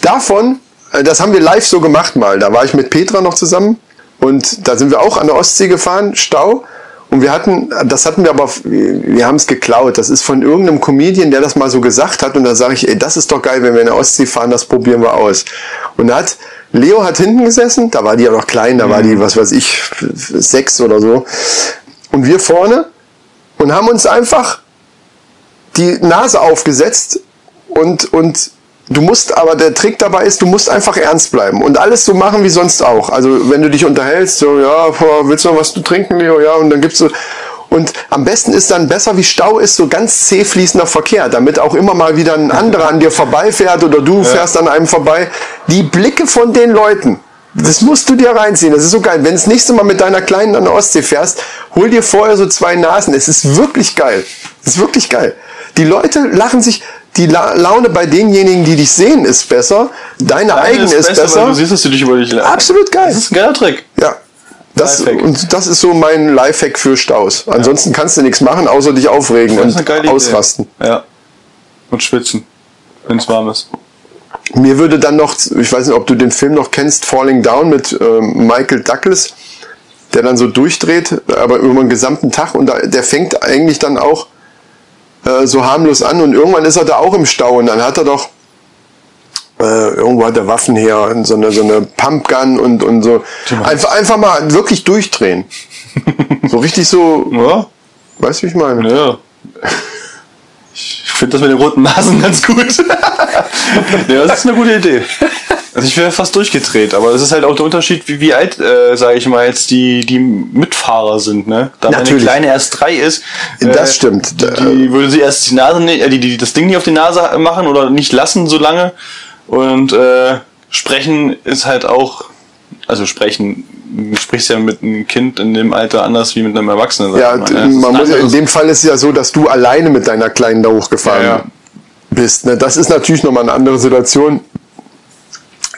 Davon, äh, das haben wir live so gemacht mal. Da war ich mit Petra noch zusammen. Und da sind wir auch an der Ostsee gefahren, Stau. Und wir hatten, das hatten wir aber, wir haben es geklaut. Das ist von irgendeinem Comedian, der das mal so gesagt hat. Und da sage ich, ey, das ist doch geil, wenn wir in der Ostsee fahren, das probieren wir aus. Und da hat, Leo hat hinten gesessen, da war die ja noch klein, da war die, was weiß ich, sechs oder so. Und wir vorne und haben uns einfach die Nase aufgesetzt und, und Du musst, aber der Trick dabei ist, du musst einfach ernst bleiben und alles so machen wie sonst auch. Also wenn du dich unterhältst, so ja, boah, willst du noch was zu trinken, Leo? Ja, und dann gibst du. Und am besten ist dann besser wie Stau ist, so ganz zäh fließender Verkehr, damit auch immer mal wieder ein anderer an dir vorbeifährt oder du fährst an einem vorbei. Die Blicke von den Leuten, das musst du dir reinziehen. Das ist so geil. Wenn du das nächste Mal mit deiner Kleinen an der Ostsee fährst, hol dir vorher so zwei Nasen. Es ist wirklich geil. Es ist wirklich geil. Die Leute lachen sich, die La Laune bei denjenigen, die dich sehen, ist besser. Deine eigene ist, besser. weil Du siehst, dass du dich über dich lernst. Absolut geil. Das ist ein geiler Trick. Ja. Das, Lifehack. und das ist so mein Lifehack für Staus. Ansonsten kannst du nichts machen, außer dich aufregen Das ist eine und geile ausrasten. Idee. Ja. Und schwitzen, wenn es warm ist. Mir würde dann noch, ich weiß nicht, ob du den Film noch kennst, Falling Down mit ähm, Michael Douglas, der dann so durchdreht, aber über den gesamten Tag und da, der fängt eigentlich dann auch äh, so harmlos an und irgendwann ist er da auch im Stau und dann hat er doch äh, irgendwo hat er Waffen her und so eine, so eine Pumpgun und, und so. Einfach, einfach mal wirklich durchdrehen. so richtig so, Ja? weißt du, wie ich meine? Ja. ne? Ich finde das mit den roten Nasen ganz gut. ja, das ist eine gute Idee. Also ich wäre fast durchgedreht, aber es ist halt auch der Unterschied, wie, wie alt, äh, sage ich mal, jetzt die, die Mitfahrer sind. Ne? Da meine Natürlich. Kleine erst drei ist, äh, Das stimmt. Die, die würde sie erst die Nase, nicht- äh, die, die das Ding nicht auf die Nase machen oder nicht lassen so lange. Und äh, sprechen ist halt auch, also sprechen, du sprichst ja mit einem Kind in dem Alter anders wie mit einem Erwachsenen. sag Ja, ich mal, ne? d- Das ist man ein muss ja, in anderes- dem Fall ist es ja so, dass du alleine mit deiner Kleinen da hochgefahren Ja, ja. bist. Ne? Das ist natürlich nochmal eine andere Situation.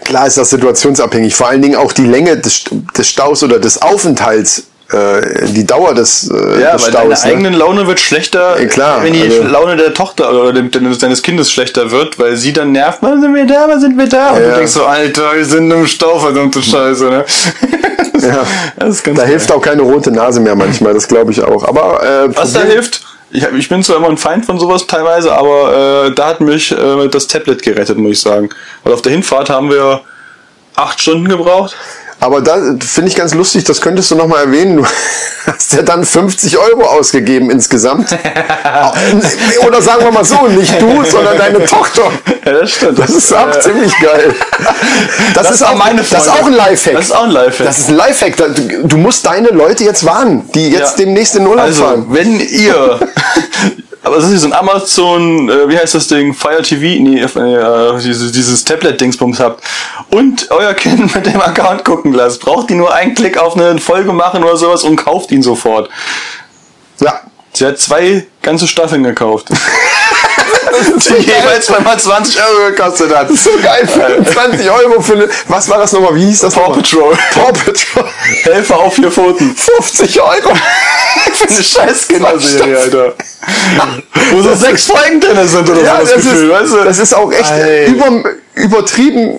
Klar ist das situationsabhängig. Vor allen Dingen auch die Länge des, St- des Staus oder des Aufenthalts, äh, die Dauer des, äh, Ja, des weil deine Staus. Ne? eigenen Laune wird schlechter, Ja, klar, wenn die also- Laune der Tochter oder dem, dem, deines Kindes schlechter wird, weil sie dann nervt, wann sind wir da, wann sind wir da? Und Ja. Hm. du denkst so, Alter, wir sind im Stau, verdammte Scheiße. Ne? Ja. Das ist ganz Da geil. hilft auch keine rote Nase mehr manchmal, das glaube ich auch. Aber äh, Was da Problem- hilft, ich, hab- ich bin zwar immer ein Feind von sowas teilweise, aber äh, da hat mich äh, das Tablet gerettet, muss ich sagen. Weil auf der Hinfahrt haben wir acht Stunden gebraucht. Aber da finde ich ganz lustig, das könntest du nochmal erwähnen. Du hast ja dann 50 Euro ausgegeben insgesamt. Oder sagen wir mal so, nicht du, sondern deine Tochter. Ja, das stimmt. Das ist auch ziemlich geil. Das, ist auch war meine Das ist Folge. auch ein Lifehack. Das ist auch ein Lifehack. Das ist ein Lifehack. Da- Du du musst deine Leute jetzt warnen, die jetzt Ja. demnächst in Urlaub Also, fahren. wenn ihr. Aber es ist so ein Amazon, äh, wie heißt das Ding? Fire TV? Nee, äh, dieses, dieses Tablet-Dingsbums habt. Und euer Kind mit dem Account gucken lasst. Braucht ihr nur einen Klick auf eine Folge machen oder sowas und kauft ihn sofort. Ja. Sie hat zwei ganze Staffeln gekauft. Die jeweils zweimal 20 Euro gekostet hat. Das ist so geil. 25 Euro für eine, was war das nochmal? Wie hieß das Paw nochmal? Patrol. Paw Patrol. Helfer auf vier Pfoten. 50 Euro. Für eine scheiß Kinderserie, Alter. Wo so sechs Folgen drin sind oder Ja, so das, das Gefühl, ist, weißt du? das ist auch echt Ey. über, übertrieben,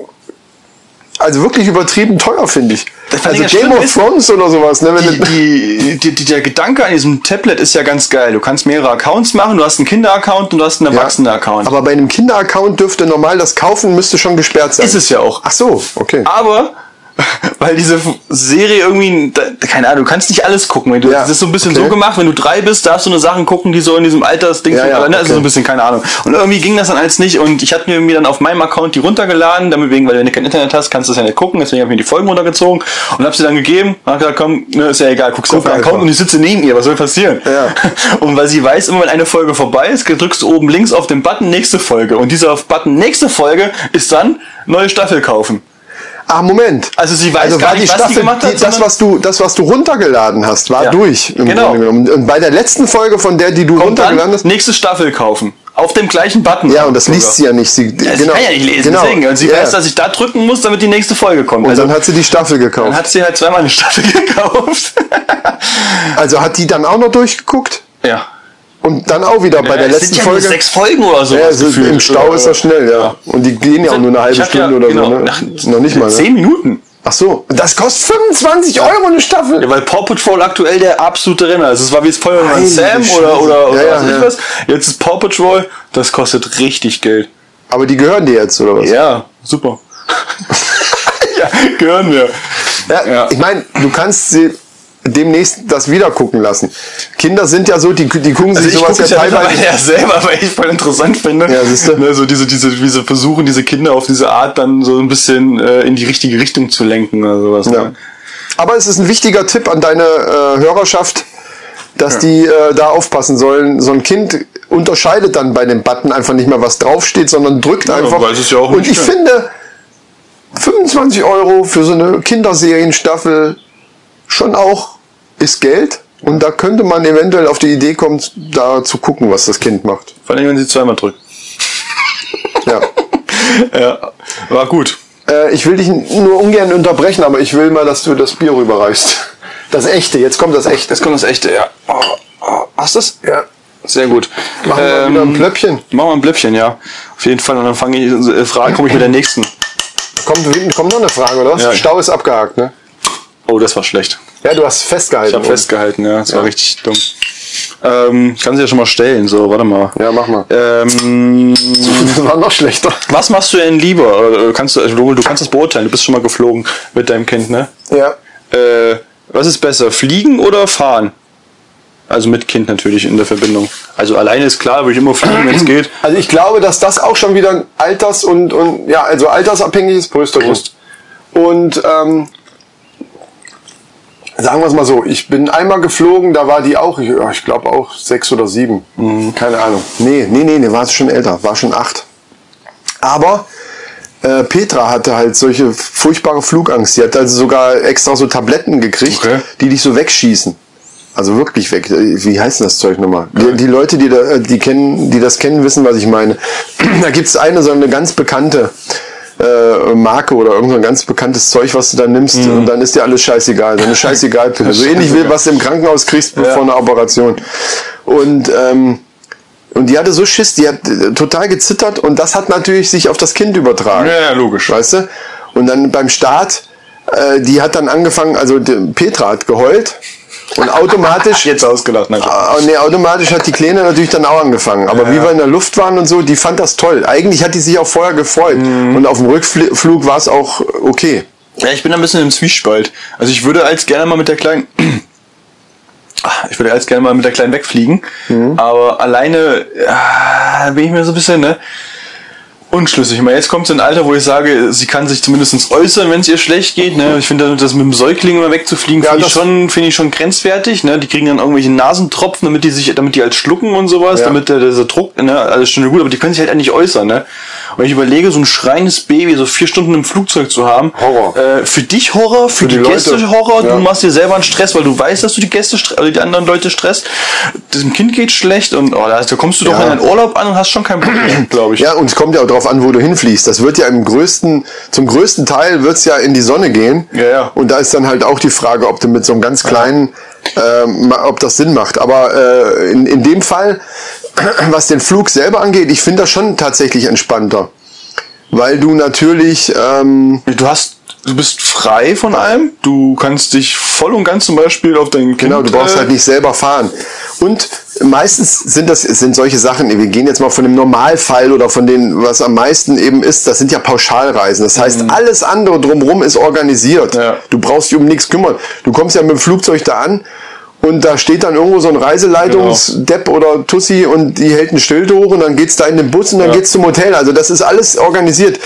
also wirklich übertrieben teuer, finde ich. fand Also ich ja Game schlimm, of ist- Thrones oder sowas, ne? Wenn du, die, die, die, der Gedanke an diesem Tablet ist ja ganz geil. Du kannst mehrere Accounts machen. Du hast einen Kinder-Account und du hast einen Erwachsenen-Account. aber bei einem Kinderaccount dürfte normal das Kaufen müsste schon gesperrt sein. ist es Ah. ja auch. Ach so, okay. Aber weil diese F- Serie irgendwie, da, keine Ahnung, du kannst nicht alles gucken. Wenn du, Ja, das ist so ein bisschen okay. so gemacht, wenn du drei bist, darfst du nur Sachen gucken, die so in diesem Altersding Ja, sind. ja, Aber, ne, also okay. so ein bisschen, keine Ahnung. Und irgendwie ging das dann alles nicht und ich hatte mir irgendwie dann auf meinem Account die runtergeladen, damit wegen, weil wenn du kein Internet hast, kannst du das ja nicht gucken, deswegen habe ich mir die Folgen runtergezogen und habe sie dann gegeben und hab gesagt, komm, ne, ist ja egal, guckst du auf meinen einfach. Account und ich sitze neben ihr, was soll passieren? Ja. Und weil sie weiß, immer wenn eine Folge vorbei ist, drückst du oben links auf den Button nächste Folge und dieser Button nächste Folge ist dann neue Staffel kaufen. Ah, Moment. Also sie weiß gar war nicht, was sie gemacht hat, die, das, sondern- was du, das, was du runtergeladen hast, war Ja. durch. Im Genau. Grunde genommen. Und bei der letzten Folge, von der, die du Und runtergeladen dann hast, nächste Staffel kaufen. Auf dem gleichen Button. ja, und das liest sie ja nicht. Sie, Ja, sie kann ja nicht lesen, Genau. deswegen. Und sie ja. weiß, dass ich da drücken muss, damit die nächste Folge kommt. und also, dann hat sie die Staffel dann gekauft. hat sie halt zweimal eine Staffel gekauft. Also hat die dann auch noch durchgeguckt? ja. Und dann auch wieder bei der es letzten sind ja Folge. Nur sechs Folgen oder so. ja, also im Stau ist das schnell, ja. Und die gehen Also, ja auch nur eine halbe Stunde oder so, ne? Noch nicht mal, ne? genau Zehn Minuten. Ach so, das kostet 25 Euro eine Staffel. Ja, weil Paw Patrol aktuell der absolute Renner ist. Es war wie es Feuerwehrmann Heilige Sam Scheiße. oder, oder, oder Ja, was weiß ja, ich ja. was. Jetzt ist Paw Patrol, das kostet richtig Geld. Aber die gehören dir jetzt, oder was? Ja, super. ja, gehören wir. Ja, Ja. Ich meine, du kannst sie. demnächst das wieder gucken lassen. Kinder sind ja so, die, die gucken Also sich ich sowas gucke ja es ja teilweise. mittlerweile ja selber, weil ich voll interessant finde. Ja, siehste. Ne, so diese, diese, diese versuchen, diese Kinder auf diese Art dann so ein bisschen äh, in die richtige Richtung zu lenken oder sowas. Ja. Ne? Aber es ist ein wichtiger Tipp an deine äh, Hörerschaft, dass die äh, da aufpassen sollen. So ein Kind unterscheidet dann bei dem Button einfach nicht mehr, was draufsteht, sondern drückt einfach. weil es ist ja auch Und nicht ich schön. finde 25 Euro für so eine Kinderserienstaffel schon auch ist Geld. Und da könnte man eventuell auf die Idee kommen, da zu gucken, was das Kind macht. Vor allem, wenn sie zweimal drückt. Ja. Ja, war gut. Äh, ich will dich nur ungern unterbrechen, aber ich will mal, dass du das Bier rüberreichst. Das echte, jetzt kommt das echte. Jetzt kommt das echte, ja. Oh, oh, hast du das? Ja. Sehr gut. Ähm, Machen wir wieder ein Blöppchen. Machen wir ein Blöppchen, ja. Auf jeden Fall. Und dann fange ich, äh, frage, komme ich mit der nächsten. Kommt, hinten kommt noch eine Frage, oder was? Ja. Stau ist abgehakt, ne? Oh, das war schlecht. Ja, du hast festgehalten. Ich habe festgehalten, ja. Das war richtig dumm. Ähm, kann sie ja schon mal stellen, so, warte mal. Ja, mach mal. Ähm, Das war noch schlechter. was machst du denn lieber? Oder, äh, Kannst du, du du kannst das beurteilen, du bist schon mal geflogen mit deinem Kind, ne? Ja. Äh, was ist besser, fliegen oder fahren? Also mit Kind natürlich in der Verbindung. Also alleine ist klar, würde ich immer fliegen, wenn es geht. Also ich glaube, dass das auch schon wieder ein alters- und, und ja, also altersabhängig ist. Prost, Prost. Und ähm, sagen wir es mal so, ich bin einmal geflogen, da war die auch, ich, ja, ich glaube auch sechs oder sieben. Mhm. Keine Ahnung. Nee, nee, nee, nee, war schon älter, war schon acht. Aber äh, Petra hatte halt solche furchtbare Flugangst. Sie hat also sogar extra so Tabletten gekriegt, Okay. die dich so wegschießen. Also wirklich weg. Äh, Wie heißt denn das Zeug nochmal? Die, die Leute, die, da, äh, die, kennen, die das kennen, wissen, was ich meine. da gibt's eine so eine ganz bekannte äh, Marke oder irgend so ein ganz bekanntes Zeug, was du da nimmst und dann ist dir alles scheißegal. So eine scheißegal Pille. So ähnlich wie was du im Krankenhaus kriegst vor einer Operation. Und ähm, und die hatte so Schiss, die hat äh, total gezittert und das hat natürlich sich auf das Kind übertragen. Ja, ja, logisch. Weißt du? Und dann beim Start, äh, die hat dann angefangen, also die, Petra hat geheult und automatisch. Jetzt ausgelacht, nein. Ah, nee, automatisch hat die Kleine natürlich dann auch angefangen. Aber wie wir in der Luft waren und so, die fand das toll. Eigentlich hat die sich auch vorher gefreut. Mhm. Und auf dem Rückflug war es auch okay. Ja, ich bin ein bisschen im Zwiespalt. Also ich würde als gerne mal mit der kleinen. Ah, Ich würde als gerne mal mit der kleinen wegfliegen. Mhm. Aber alleine ah, bin ich mir so ein bisschen, ne? Unschlüssig. Ich meine, jetzt kommt so ein Alter, wo ich sage, sie kann sich zumindest äußern, wenn es ihr schlecht geht. Ne? Ich finde, das mit dem Säugling immer wegzufliegen, Ja, finde ich das- schon, finde ich schon grenzwertig. Ne? Die kriegen dann irgendwelche Nasentropfen, damit die sich, damit die halt schlucken und sowas, Ja. damit der, dieser Druck, ne, alles schön und gut, aber die können sich halt nicht äußern. Ne? Und ich überlege, so ein schreiendes Baby so vier Stunden im Flugzeug zu haben. Horror. Äh, für dich Horror, für, die, die Gäste Leute. Horror. Ja. Du machst dir selber einen Stress, weil du weißt, dass du die Gäste, stre- also die anderen Leute stresst. Dem Kind geht schlecht und oh, da, da kommst du doch in deinen Urlaub an und hast schon keinen Bock mehr, glaube ich. Ja, und es kommt ja auch darauf an, wo du hinfliegst. Das wird ja im größten, zum größten Teil wird's ja in die Sonne gehen. Ja, ja. Und da ist dann halt auch die Frage, ob du mit so einem ganz kleinen, ähm, ma- ob das Sinn macht. Aber äh, in, in dem Fall, was den Flug selber angeht, ich finde das schon tatsächlich entspannter. Weil du natürlich, ähm, Du hast, du bist frei von allem. Du kannst dich voll und ganz zum Beispiel auf dein Kind. Genau, du brauchst äh, halt nicht selber fahren. Und meistens sind das sind solche Sachen, wir gehen jetzt mal von dem Normalfall oder von den, was am meisten eben ist, das sind ja Pauschalreisen. Das heißt, alles andere drumherum ist organisiert. Mhm. Ja. Du brauchst dich um nichts kümmern. Du kommst ja mit dem Flugzeug da an und da steht dann irgendwo so ein Reiseleitungsdepp Genau. oder Tussi und die hält ein Schild hoch und dann geht's da in den Bus und dann geht's zum Hotel. Also das ist alles organisiert.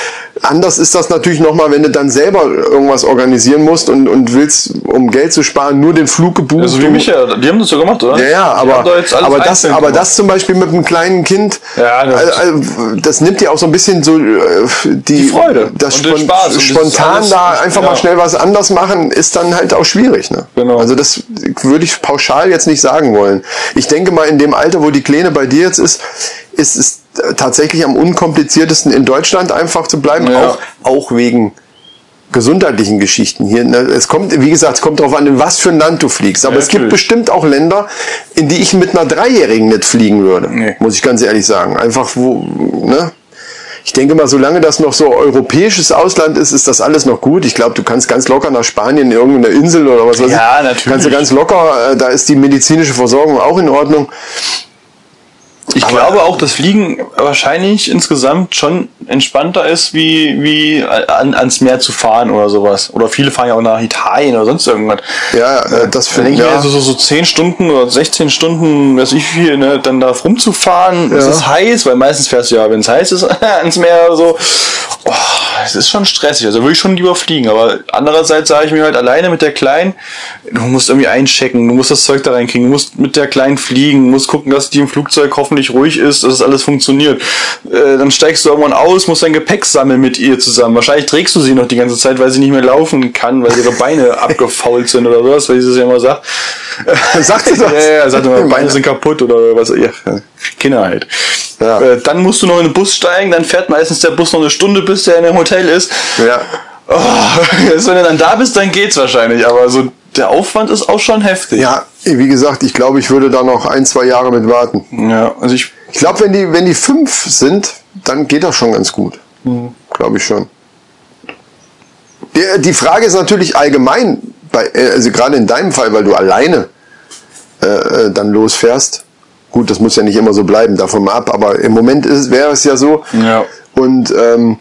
Anders ist das natürlich nochmal, wenn du dann selber irgendwas organisieren musst und, und willst, um Geld zu sparen, nur den Flug gebucht. Also wie um- Micha, die haben das ja gemacht, oder? ja, ja, Die haben doch aber, jetzt alles aber, das, einzeln aber gemacht. das zum Beispiel mit einem kleinen Kind, Ja, das- das, das nimmt dir auch so ein bisschen so äh, die, Die Freude das und den spon Spaß und das spontan alles- da einfach ja. mal schnell was anders machen, ist dann halt auch schwierig. Ne? Genau. Also das würde ich pauschal jetzt nicht sagen wollen. Ich denke mal, in dem Alter, wo die Kleine bei dir jetzt ist, ist es tatsächlich am unkompliziertesten in Deutschland einfach zu bleiben, Ja. auch, auch wegen gesundheitlichen Geschichten hier. Ne? Es kommt, wie gesagt, es kommt darauf an, in was für ein Land du fliegst. Aber Ja, es gibt natürlich. bestimmt auch Länder, in die ich mit einer Dreijährigen nicht fliegen würde. Nee. Muss ich ganz ehrlich sagen. Einfach wo, ne? Ich denke mal, solange das noch so europäisches Ausland ist, ist das alles noch gut. Ich glaube, du kannst ganz locker nach Spanien, irgendeiner Insel oder was weiß Ja, ich. natürlich. Kannst du ganz locker, äh, da ist die medizinische Versorgung auch in Ordnung. Ich glaube auch, dass Fliegen wahrscheinlich insgesamt schon entspannter ist, wie, wie an, ans Meer zu fahren oder sowas. Oder viele fahren ja auch nach Italien oder sonst irgendwas. Ja, äh, das Dann finde denke ich. ich mir Ja. so, so, so 10 Stunden oder 16 Stunden, weiß ich viel, ne, dann da rumzufahren. Es ist heiß, weil meistens fährst du ja, wenn es heiß ist, ans Meer oder so. Oh, Es ist schon stressig, also würde ich schon lieber fliegen, aber andererseits sage ich mir halt alleine mit der Kleinen, du musst irgendwie einchecken, du musst das Zeug da reinkriegen, du musst mit der Kleinen fliegen, musst gucken, dass die im Flugzeug hoffentlich ruhig ist, dass es alles funktioniert. Äh, dann steigst du irgendwann aus, musst dein Gepäck sammeln mit ihr zusammen. Wahrscheinlich trägst du sie noch die ganze Zeit, weil sie nicht mehr laufen kann, weil ihre Beine abgefault sind oder sowas, weil sie das ja immer sagt. Sagt sie das? Ja, ja, ja, sagt immer, Meine- Beine sind kaputt oder was. Ja, Kinder halt. Ja. Äh, dann musst du noch in den Bus steigen, dann fährt meistens der Bus noch eine Stunde, bis der in dem Hotel ist. Ja. Oh, wenn du dann da bist, dann geht's wahrscheinlich, aber so der Aufwand ist auch schon heftig. ja, wie gesagt, ich glaube, ich würde da noch ein, zwei Jahre mit warten. Ja, also ich Ich glaube, wenn die, wenn die fünf sind, dann geht das schon ganz gut. Mhm. Glaube ich schon. Die, die Frage ist natürlich allgemein, bei, äh, also gerade in deinem Fall, weil du alleine äh, äh, dann losfährst. Gut, das muss ja nicht immer so bleiben, davon mal ab, aber im Moment ist- wäre es ja so. Ja. Und ähm,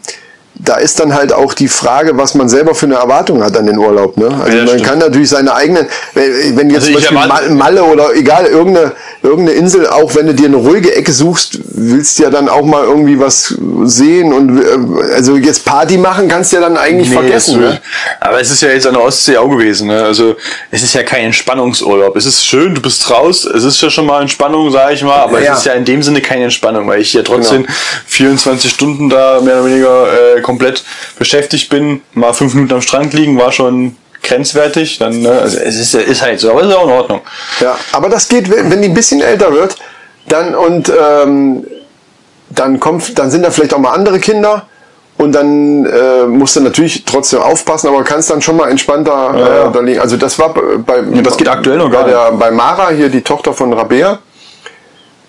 da ist dann halt auch die Frage, was man selber für eine Erwartung hat an den Urlaub. Ne? Also Ja, man stimmt. kann natürlich seine eigenen, wenn, wenn jetzt Also ich zum Beispiel erwarte- Mal- Malle oder egal, irgendeine, irgendeine Insel, auch wenn du dir eine ruhige Ecke suchst, willst du ja dann auch mal irgendwie was sehen und äh, also jetzt Party machen kannst du ja dann eigentlich Nee, vergessen. das- Ne? Aber es ist ja jetzt an der Ostsee auch gewesen. Ne? Also es ist ja kein Entspannungsurlaub. Es ist schön, du bist raus. Es ist ja schon mal Entspannung, sage ich mal. Aber Ja. es ist ja Genau. in dem Sinne keine Entspannung, weil ich ja trotzdem 24 Stunden da mehr oder weniger äh, komplett beschäftigt bin. Mal fünf Minuten am Strand liegen war schon grenzwertig. Dann ne? also es ist, ist halt so, aber ist auch in Ordnung. Ja, aber das geht, wenn wenn die ein bisschen älter wird, dann und ähm, dann kommt, dann sind da vielleicht auch mal andere Kinder und dann äh, musst du natürlich trotzdem aufpassen, aber kannst dann schon mal entspannter ja. äh, da liegen. Also das war bei- bei das geht aktuell noch bei, gar der, bei Mara hier die Tochter von Rabea.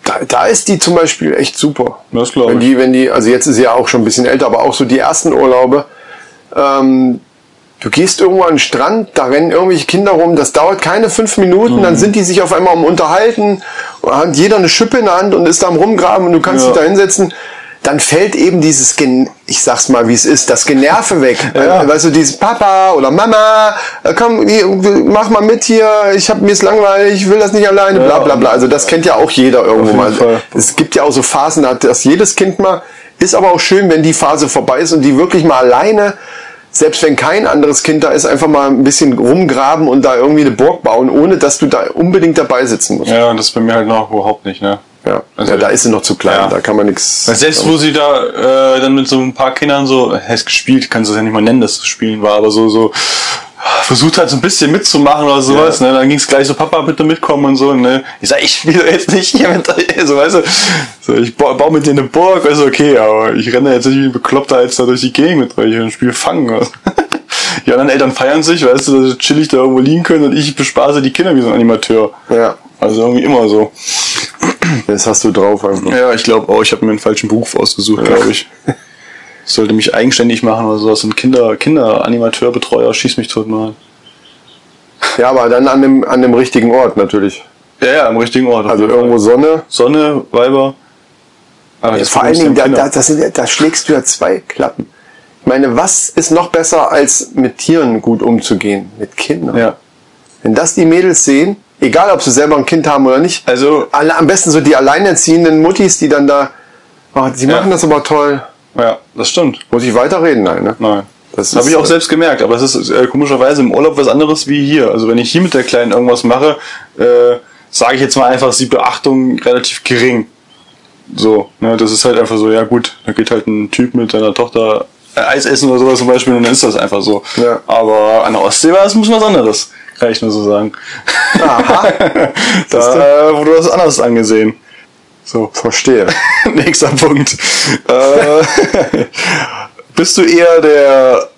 Da, da ist die zum Beispiel echt super. Das glaub Wenn ich. die, wenn die, also jetzt ist sie ja auch schon ein bisschen älter, aber auch so die ersten Urlaube. Ähm, Du gehst irgendwo an den Strand, da rennen irgendwelche Kinder rum, das dauert keine fünf Minuten, Mhm. dann sind die sich auf einmal am Unterhalten, hat jeder eine Schippe in der Hand und ist da am Rumgraben und du kannst Ja. dich da hinsetzen. Dann fällt eben dieses, Gen ich sag's mal, wie es ist, das Generve weg. Äh, Weißt du, dieses Papa oder Mama, äh, komm, hier, mach mal mit hier, ich hab, mir ist langweilig, ich will das nicht alleine, bla bla bla. Also das kennt ja auch jeder irgendwo jeden mal. Fall. Es gibt ja auch so Phasen, da hat das jedes Kind mal. Ist aber auch schön, wenn die Phase vorbei ist und die wirklich mal alleine, selbst wenn kein anderes Kind da ist, einfach mal ein bisschen rumgraben und da irgendwie eine Burg bauen, ohne dass du da unbedingt dabei sitzen musst. Ja, und das ist bei mir halt noch überhaupt nicht. Ne? Ja, Also- ja da ist sie noch zu klein, Ja. da kann man nichts. Weil selbst wo sie da äh, dann mit so ein paar Kindern so, äh, heißt gespielt, kannst du das ja nicht mal nennen, dass es spielen war, aber so, so versucht halt so ein bisschen mitzumachen oder sowas, ne? Dann ging es gleich so, Papa, bitte mitkommen und so, ne? Ich sag, ich spiele jetzt nicht hier mit euch, so weißt du, so, ich baue, baue mit dir eine Burg, also okay, aber ich renne jetzt nicht wie ein Bekloppter als da durch die Gegend mit euch und spiele Fangen. oder so. Die anderen Eltern feiern sich, weißt du, dass sie chillig da irgendwo liegen können und ich bespaße die Kinder wie so ein Animateur. Ja. Also irgendwie immer so. das hast du drauf einfach. Ja, ich glaube auch, ich habe mir einen falschen Beruf ausgesucht, glaube ich. Ich Sollte mich eigenständig machen oder sowas. Ein Kinder, Kinderanimateur, Betreuer, schieß mich tot mal. Ja, aber dann an dem, an dem richtigen Ort natürlich. Ja, ja, am richtigen Ort. Also irgendwo Sonne. Sonne, Weiber. Aber jetzt Vor allen gucken wir uns Dingen, da, den da, Kinder. das sind, ja- da schlägst du ja zwei Klappen. Ich meine, was ist noch besser, als mit Tieren gut umzugehen? Mit Kindern. Ja. Wenn das die Mädels sehen, egal ob sie selber ein Kind haben oder nicht, Also, alle, am besten so die alleinerziehenden Muttis, die dann da, oh, die Ja. machen das aber toll. ja, das stimmt. Muss ich weiterreden? Nein, ne? Nein. Das Das habe ist, ich auch äh, selbst gemerkt, aber es ist äh, komischerweise im Urlaub was anderes wie hier. Also wenn ich hier mit der Kleinen irgendwas mache, äh, sage ich jetzt mal einfach, ist die Beachtung relativ gering. So, ne, das ist halt einfach so, ja gut, da geht halt ein Typ mit seiner Tochter äh, Eis essen oder sowas zum Beispiel und dann ist das einfach so. Ja. Aber an der Ostsee war es ein bisschen was anderes, kann ich nur so sagen. Aha. da äh, wurde das anders angesehen. So. Verstehe. Nächster Punkt. Äh, bist du eher der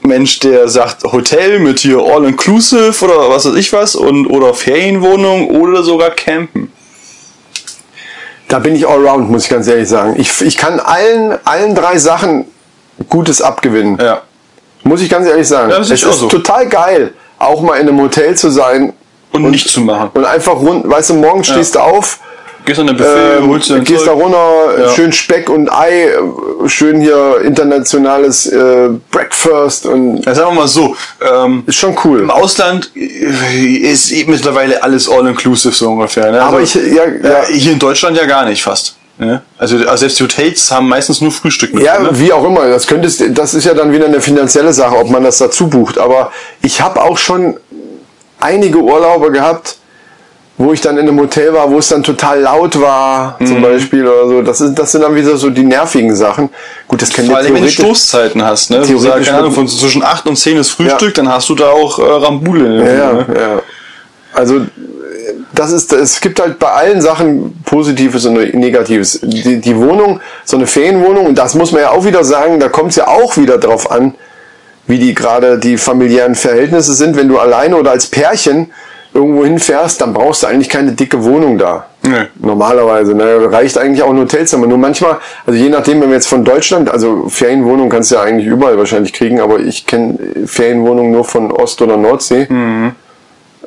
Mensch, der sagt Hotel mit hier All-Inclusive oder was weiß ich was und oder Ferienwohnung oder sogar Campen? Da bin ich allround, muss ich ganz ehrlich sagen. Ich, ich kann allen, allen drei Sachen Gutes abgewinnen. Ja. Muss ich ganz ehrlich sagen. Ja, das es ist auch ist so. total geil, auch mal in einem Hotel zu sein Und, nichts zu machen. und einfach rund, weißt du, morgen stehst du auf, Gehst an den Buffet, holst dir Ähm, ein gehst da Zeug. runter, Ja. schön Speck und Ei, äh, schön hier internationales äh, Breakfast und Ja, sagen wir mal so, ähm, ist schon im cool. Ausland äh, ist eh mittlerweile alles all-inclusive so ungefähr. Ne? Aber Also, ich- ja, ja. äh, Hier in Deutschland ja gar nicht fast. Ne? Also, also selbst die Hotels haben meistens nur Frühstück mit. Ja, drin, ne? wie auch immer, das könntest, das ist ja dann wieder eine finanzielle Sache, ob man das dazu bucht. Aber ich habe auch schon einige Urlaube gehabt, wo ich dann in einem Hotel war, wo es dann total laut war, Mhm. zum Beispiel oder so. Das, ist, das sind dann wieder so die nervigen Sachen. Gut, das können Vor allem, wenn du theoretisch- Stoßzeiten hast. Ne? Du theoretisch sagst, keine mit- Ahnung, von zwischen 8 und 10 ist Frühstück, dann hast du da auch äh, Rambule. Ja, ja, ne? ja. Also das ist, es gibt halt bei allen Sachen Positives und Negatives. Die, die Wohnung, so eine Ferienwohnung, und das muss man ja auch wieder sagen, da kommt es ja auch wieder drauf an, wie die gerade die familiären Verhältnisse sind. Wenn du alleine oder als Pärchen irgendwo hinfährst, dann brauchst du eigentlich keine dicke Wohnung da. Nee. Normalerweise, ne? reicht eigentlich auch ein Hotelzimmer. Nur manchmal, also je nachdem, wenn wir jetzt von Deutschland, also Ferienwohnung kannst du ja eigentlich überall wahrscheinlich kriegen, aber ich kenne Ferienwohnungen nur von Ost- oder Nordsee.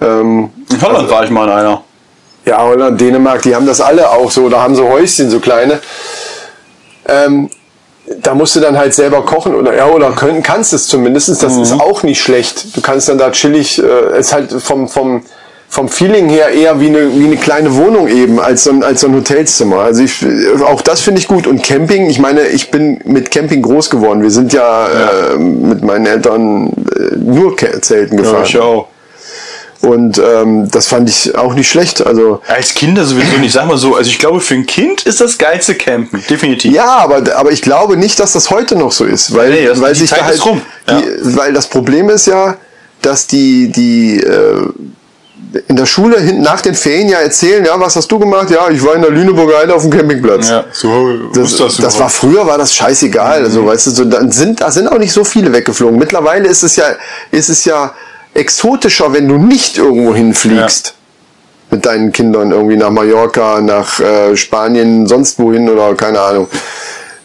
Ähm, In Holland war ich mal in einer. ja, Holland, Dänemark, die haben das alle auch so, da haben so Häuschen, so kleine. Ähm, da musst du dann halt selber kochen oder ja oder können, kannst es zumindestens. das ist auch nicht schlecht. Du kannst dann da chillig, äh, ist halt vom, vom, vom Feeling her eher wie eine, wie eine kleine Wohnung eben, als so ein, als so ein Hotelzimmer. Also ich, auch das finde ich gut. Und Camping, ich meine, ich bin mit Camping groß geworden. Wir sind ja, Äh, mit meinen Eltern äh, nur Ke- Zelten gefahren. auch. Und ähm, das fand ich auch nicht schlecht. Also Als Kinder sowieso nicht. Sag mal so, also ich glaube, für ein Kind ist das geilste Campen. Definitiv. Ja, aber, aber ich glaube nicht, dass das heute noch so ist, weil, Nee, das- weil die sich Zeit da halt, ist rum. Ja. die, weil das Problem ist ja, dass die, die äh, in der Schule hin, nach den Ferien ja erzählen, ja, was hast du gemacht? Ja, ich war in der Lüneburger Heide auf dem Campingplatz. so Das, das, war früher war das scheißegal, Mhm. also weißt du, so, dann sind da sind auch nicht so viele weggeflogen. Mittlerweile ist es ja ist es ja exotischer, wenn du nicht irgendwo hinfliegst mit deinen Kindern irgendwie nach Mallorca, nach äh, Spanien, sonst wohin oder keine Ahnung.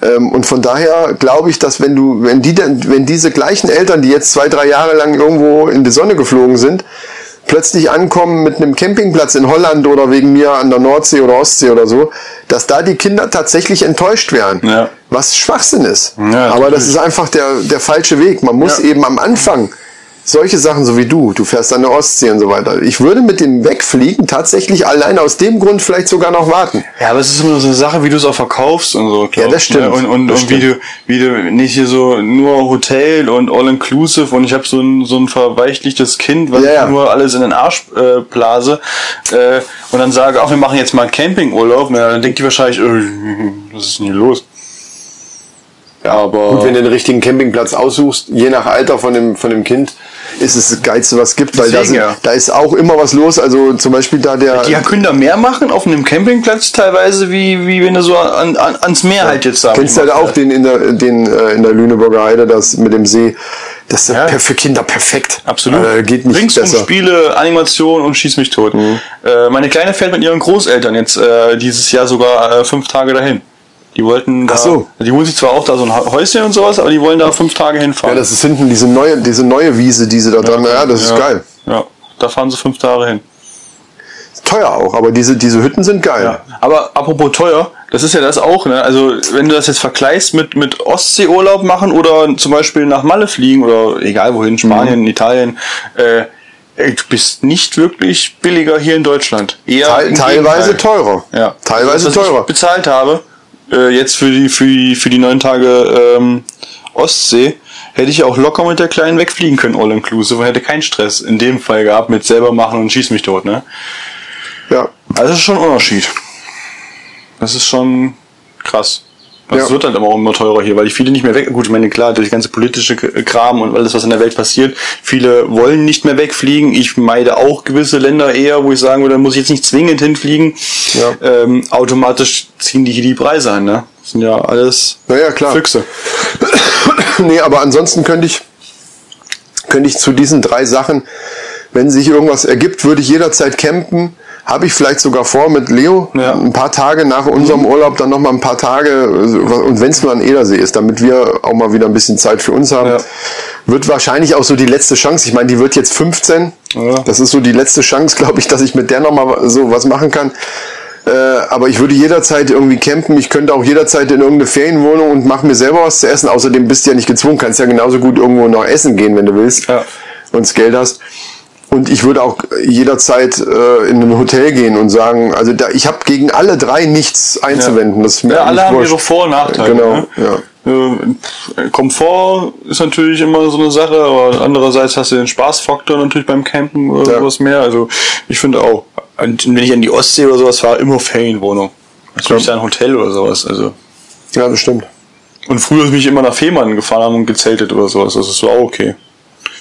Ähm, und von daher glaube ich, dass wenn du wenn die dann wenn diese gleichen Eltern, die jetzt zwei drei Jahre lang irgendwo in die Sonne geflogen sind plötzlich ankommen mit einem Campingplatz in Holland oder wegen mir an der Nordsee oder Ostsee oder so, dass da die Kinder tatsächlich enttäuscht werden. Ja. Was Schwachsinn ist. Ja, Aber das natürlich. ist einfach der, der falsche Weg. Man muss eben am Anfang solche Sachen so wie du, du fährst an der Ostsee und so weiter. Ich würde mit dem Wegfliegen tatsächlich allein aus dem Grund vielleicht sogar noch warten. Ja, aber es ist immer so eine Sache, wie du es auch verkaufst und so. glaub Ja, das ich, ne? stimmt. Und, und, Das und wie, du, wie du nicht hier so nur Hotel und All-Inclusive und ich habe so ein, so ein verweichlichtes Kind, was Ja, ja. ich nur alles in den Arsch äh, blase äh, und dann sage, ach, wir machen jetzt mal einen Campingurlaub. Na, dann denkt die wahrscheinlich, äh, was ist denn hier los? Ja, aber Gut, wenn du den richtigen Campingplatz aussuchst, je nach Alter von dem, von dem Kind, ist es das Geilste, was es gibt, weil da, Deswegen, sind, ja. da ist auch immer was los. Also zum Beispiel da der... die können da mehr machen auf einem Campingplatz teilweise, wie, wie wenn du so an, an, ans Meer halt jetzt da Kennst du halt auch den in der, den, äh, in der Lüneburger Heide, das mit dem See. Das ist Ja. per- für Kinder perfekt. Absolut. Äh, geht nicht Ringsum besser. Mhm. Spiele, Animation und schieß mich tot. Äh, meine Kleine fährt mit ihren Großeltern jetzt äh, dieses Jahr sogar äh, fünf Tage dahin. Die wollten da, Ach so. die holen sich zwar auch da so ein Ha- Häuschen und sowas, aber die wollen da fünf Tage Ja, hinfahren. das ist hinten diese neue, diese neue Wiese, die sie da dran. Ja, das ist Ja. geil. Ja, da fahren sie fünf Tage hin. Teuer auch, aber diese, diese Hütten sind geil. Ja. Aber apropos teuer, das ist ja das auch, ne? Also wenn du das jetzt vergleichst mit, mit Ostseeurlaub machen oder zum Beispiel nach Malle fliegen oder egal wohin, Mhm. Spanien, Italien, äh, ey, du bist nicht wirklich billiger hier in Deutschland. Eher Teil, im teilweise Gegenteil. teurer. Ja. Teilweise das, was teurer. Ich bezahlt habe, äh, jetzt für die, für die, für die neun Tage ähm, Ostsee, hätte ich auch locker mit der Kleinen wegfliegen können, all inclusive, und hätte keinen Stress in dem Fall gehabt mit selber machen und schieß mich tot, ne? Ja. Also das ist schon ein Unterschied. Das ist schon krass. Das Ja. wird halt aber auch immer teurer hier, weil die viele nicht mehr weg. Gut, ich meine, klar, durch die ganze politische K- Kram und alles, was in der Welt passiert, viele wollen nicht mehr wegfliegen. Ich meide auch gewisse Länder eher, wo ich sagen würde, da muss ich jetzt nicht zwingend hinfliegen. Ja. Ähm, automatisch ziehen die hier die Preise an, ne? Das sind ja alles Na ja, klar. Füchse. nee, aber ansonsten könnte ich, könnte ich zu diesen drei Sachen, wenn sich irgendwas ergibt, würde ich jederzeit campen. Habe ich vielleicht sogar vor mit Leo, Ja. Mhm. ein paar Tage nach unserem Urlaub, dann nochmal ein paar Tage, äh, und wenn es nur an Edersee ist, damit wir auch mal wieder ein bisschen Zeit für uns haben, Ja. wird wahrscheinlich auch so die letzte Chance. Ich meine, die wird jetzt 15. Ja. Das ist so die letzte Chance, glaube ich, dass ich mit der nochmal so was machen kann. Äh, aber ich würde jederzeit irgendwie campen. Ich könnte auch jederzeit in irgendeine Ferienwohnung und mache mir selber was zu essen. Außerdem bist du ja nicht gezwungen, kannst ja genauso gut irgendwo noch essen gehen, wenn du willst Ja. und das Geld hast. Und ich würde auch jederzeit äh, in ein Hotel gehen und sagen, also da, ich habe gegen alle drei nichts einzuwenden. Das ist mir Ja, alle eigentlich haben wurscht. ihre Vor- und Nachteile. Genau, ne? Äh, pff, Komfort ist natürlich immer so eine Sache, aber andererseits hast du den Spaßfaktor natürlich beim Campen oder Ja. sowas mehr. Also ich finde auch, und wenn ich an die Ostsee oder sowas fahre, immer Ferienwohnung. Natürlich dann Hotel oder sowas. Also. ja, das stimmt. Und früher bin ich immer nach Fehmarn gefahren haben und gezeltet oder sowas. Also das war auch okay.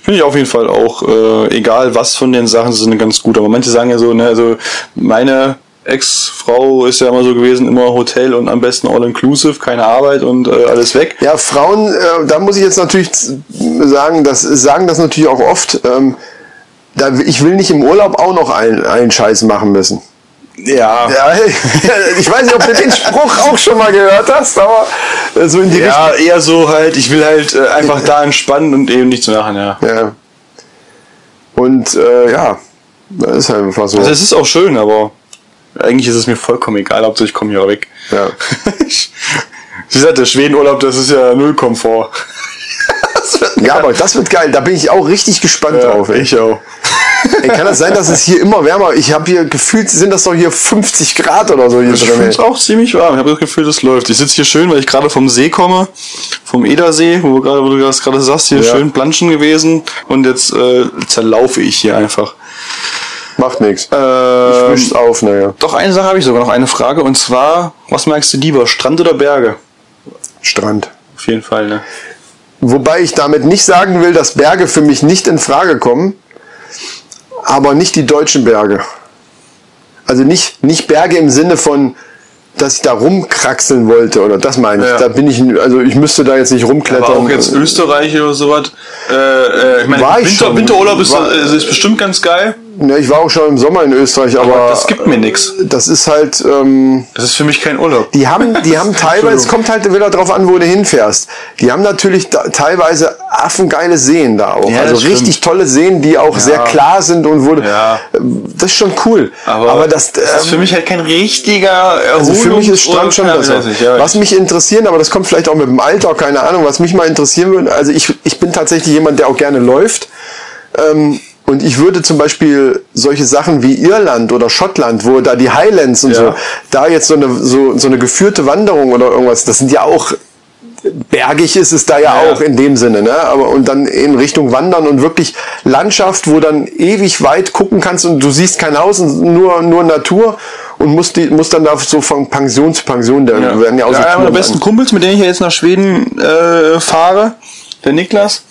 Finde ich auf jeden Fall auch, äh, egal was von den Sachen, sie sind ganz gut. Aber manche sagen ja so, ne, also meine Ex-Frau ist ja immer so gewesen, immer Hotel und am besten all-inclusive, keine Arbeit und äh, alles weg. Ja, Frauen, äh, da muss ich jetzt natürlich z- sagen, das sagen das natürlich auch oft. Ähm, da, ich will nicht im Urlaub auch noch einen, einen Scheiß machen müssen. Ja. Ja, ich weiß nicht, ob du den Spruch auch schon mal gehört hast, aber äh, so in die Ja, eher so halt, ich will halt äh, einfach da entspannen und eben nichts machen, ja. Richtung. Ja. Und äh, ja, das ist halt einfach so. Also es ist auch schön, aber eigentlich ist es mir vollkommen egal, ob ich komme hier weg. Ja. Sie sagte, Schwedenurlaub, das ist ja null Komfort. Das wird ja, aber das wird geil. Da bin ich auch richtig gespannt drauf. Ey. ich auch. Ey, kann das sein, dass es hier immer wärmer? Ich habe hier gefühlt, sind das doch hier 50 Grad oder so hier Ich drin. finde ey. es auch ziemlich warm. Ich habe das Gefühl, das läuft. Ich sitze hier schön, weil ich gerade vom See komme, vom Edersee, wo, wir gerade, wo du das gerade sagst, hier Ja. schön planschen gewesen und jetzt äh, zerlaufe ich hier einfach. Macht nichts. Ähm, Mischt auf, naja. Doch eine Sache habe ich sogar noch eine Frage und zwar, was merkst du lieber, Strand oder Berge? Strand. Auf jeden Fall, ne? Wobei ich damit nicht sagen will, dass Berge für mich nicht in Frage kommen, aber nicht die deutschen Berge. Also nicht, nicht Berge im Sinne von, dass ich da rumkraxeln wollte oder das meine ich. Ja. Da bin ich, also ich müsste da jetzt nicht rumklettern. Aber auch jetzt Österreich oder sowas. Äh, äh, ich meine, War ich Winter, schon. Winterurlaub ist, War- äh, ist bestimmt ganz geil. Ne, ich war auch schon im Sommer in Österreich, aber, das gibt mir nix. Das ist halt, ähm, Das ist für mich kein Urlaub. Die haben, die haben teilweise, es kommt halt wieder drauf an, wo du hinfährst. Die haben natürlich da, teilweise affengeile Seen da auch. Ja, das also richtig stimmt. tolle Seen, die auch sehr klar sind und wo, du- äh, Ja. das ist schon cool. Aber, das, das ist ähm, für mich halt kein richtiger also für mich ist Erholungsurlaub, Strand schon ja, besser. weiß ich, ja. was mich interessieren, aber das kommt vielleicht auch mit dem Alter, keine Ahnung, was mich mal interessieren würde, also ich, ich bin tatsächlich jemand, der auch gerne läuft. Ähm, und ich würde zum Beispiel solche Sachen wie Irland oder Schottland, wo da die Highlands und so, da jetzt so eine, so, so eine geführte Wanderung oder irgendwas, das sind ja auch, bergig ist es da ja, Ja. auch in dem Sinne, ne? Aber und dann in Richtung Wandern und wirklich Landschaft, wo dann ewig weit gucken kannst und du siehst kein Haus, nur, nur Natur und musst, die, musst dann da so von Pension zu Pension, da Ja. werden ja auch so also. einer meiner Touren besten Kumpels, mit denen ich ja jetzt nach Schweden äh, fahre, der Niklas,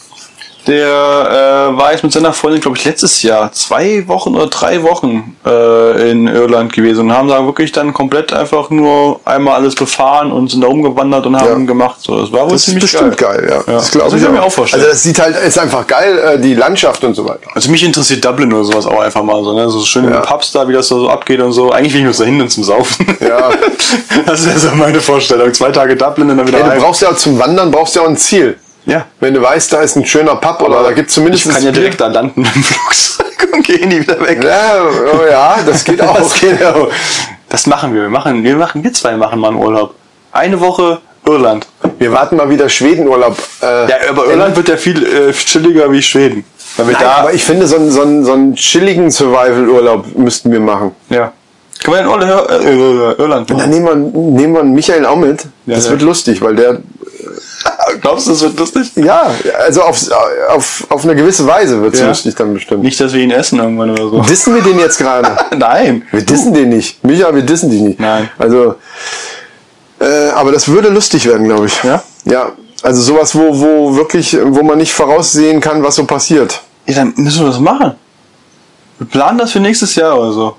der äh, war jetzt mit seiner Freundin, glaube ich, letztes Jahr zwei Wochen oder drei Wochen äh, in Irland gewesen und haben da wirklich dann komplett einfach nur einmal alles befahren und sind da rumgewandert und haben Ja. gemacht. So, das war wohl Das ist ziemlich bestimmt geil, ja. Das glaube also ich, ich kann mir auch. auch vorstellen. Also das sieht halt, ist einfach geil, äh, die Landschaft und so weiter. Also mich interessiert Dublin oder sowas auch einfach mal so, ne? So schön in den Pubs da, wie das da so abgeht und so. Eigentlich will ich nur so hin und zum Saufen. Ja. Das wäre so meine Vorstellung. Zwei Tage Dublin und dann wieder Ey, du heim. brauchst ja auch zum Wandern brauchst ja auch ein Ziel. Ja. Wenn du weißt, da ist ein schöner Pub oder da gibt es Ich zumindest kann ja ein Bier. direkt da landen mit dem Flugzeug und gehe nie wieder weg. Ja, oh ja, das geht auch. Das geht Genau. auch. Das machen wir. Wir machen, wir machen, wir zwei machen mal einen Urlaub. Eine Woche Irland. Wir warten mal wieder Schwedenurlaub. Äh, Ja, aber Irland wird ja viel äh, chilliger wie Schweden. Weil wir Nein, aber ich finde, so einen, so einen, so einen chilligen Survival-Urlaub müssten wir machen. ja. Können wir in Urla- äh, äh, Irland Dann machen? nehmen wir, nehmen wir einen Michael auch mit. Ja, das ja. wird lustig, weil der, Glaubst du, das wird lustig? ja, also auf, auf, auf eine gewisse Weise wird es Ja. lustig dann bestimmt. Nicht, dass wir ihn essen irgendwann oder so. Dissen wir den jetzt gerade? Nein. Wir dissen den nicht. Micha, wir dissen dich nicht. Nein. Also, äh, aber das würde lustig werden, glaube ich. Ja? Ja. Also sowas, wo, wo wirklich, wo man nicht voraussehen kann, was so passiert. Ja, dann müssen wir das machen. Wir planen das für nächstes Jahr oder so.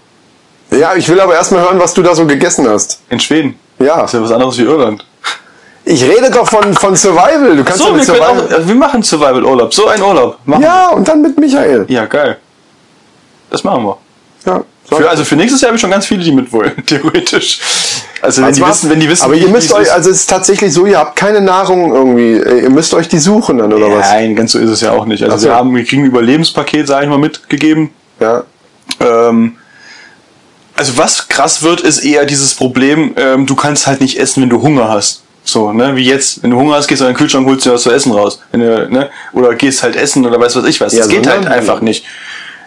Ja, ich will aber erstmal hören, was du da so gegessen hast. In Schweden. Ja. Das ist ja was anderes wie Irland. Ich rede doch von, von Survival. Du kannst So, doch wir, mit können auch, Survival. also wir machen Survival-Urlaub. So einen Urlaub. Machen Ja, und dann mit Michael. wir. ja, geil. Das machen wir. Ja. Für, also für nächstes Jahr habe ich schon ganz viele, die mit wollen, theoretisch. Also wenn, Also die was- wissen, wenn die wissen, aber wie- ihr wie müsst es euch, ist. also es ist tatsächlich so, ihr habt keine Nahrung irgendwie. Äh, Ihr müsst euch die suchen dann, oder was? Nein, ganz so ist es ja auch nicht. Also Ach so. wir haben, wir kriegen ein Überlebenspaket, sage ich mal, mitgegeben. Ja. Ähm, also was krass wird, ist eher dieses Problem, ähm, du kannst halt nicht essen, wenn du Hunger hast. So, ne, wie jetzt, wenn du Hunger hast, gehst du in den Kühlschrank, holst dir was zu essen raus. Wenn du, ne, oder gehst halt essen oder weiß was ich was. das geht sondern- halt einfach nicht.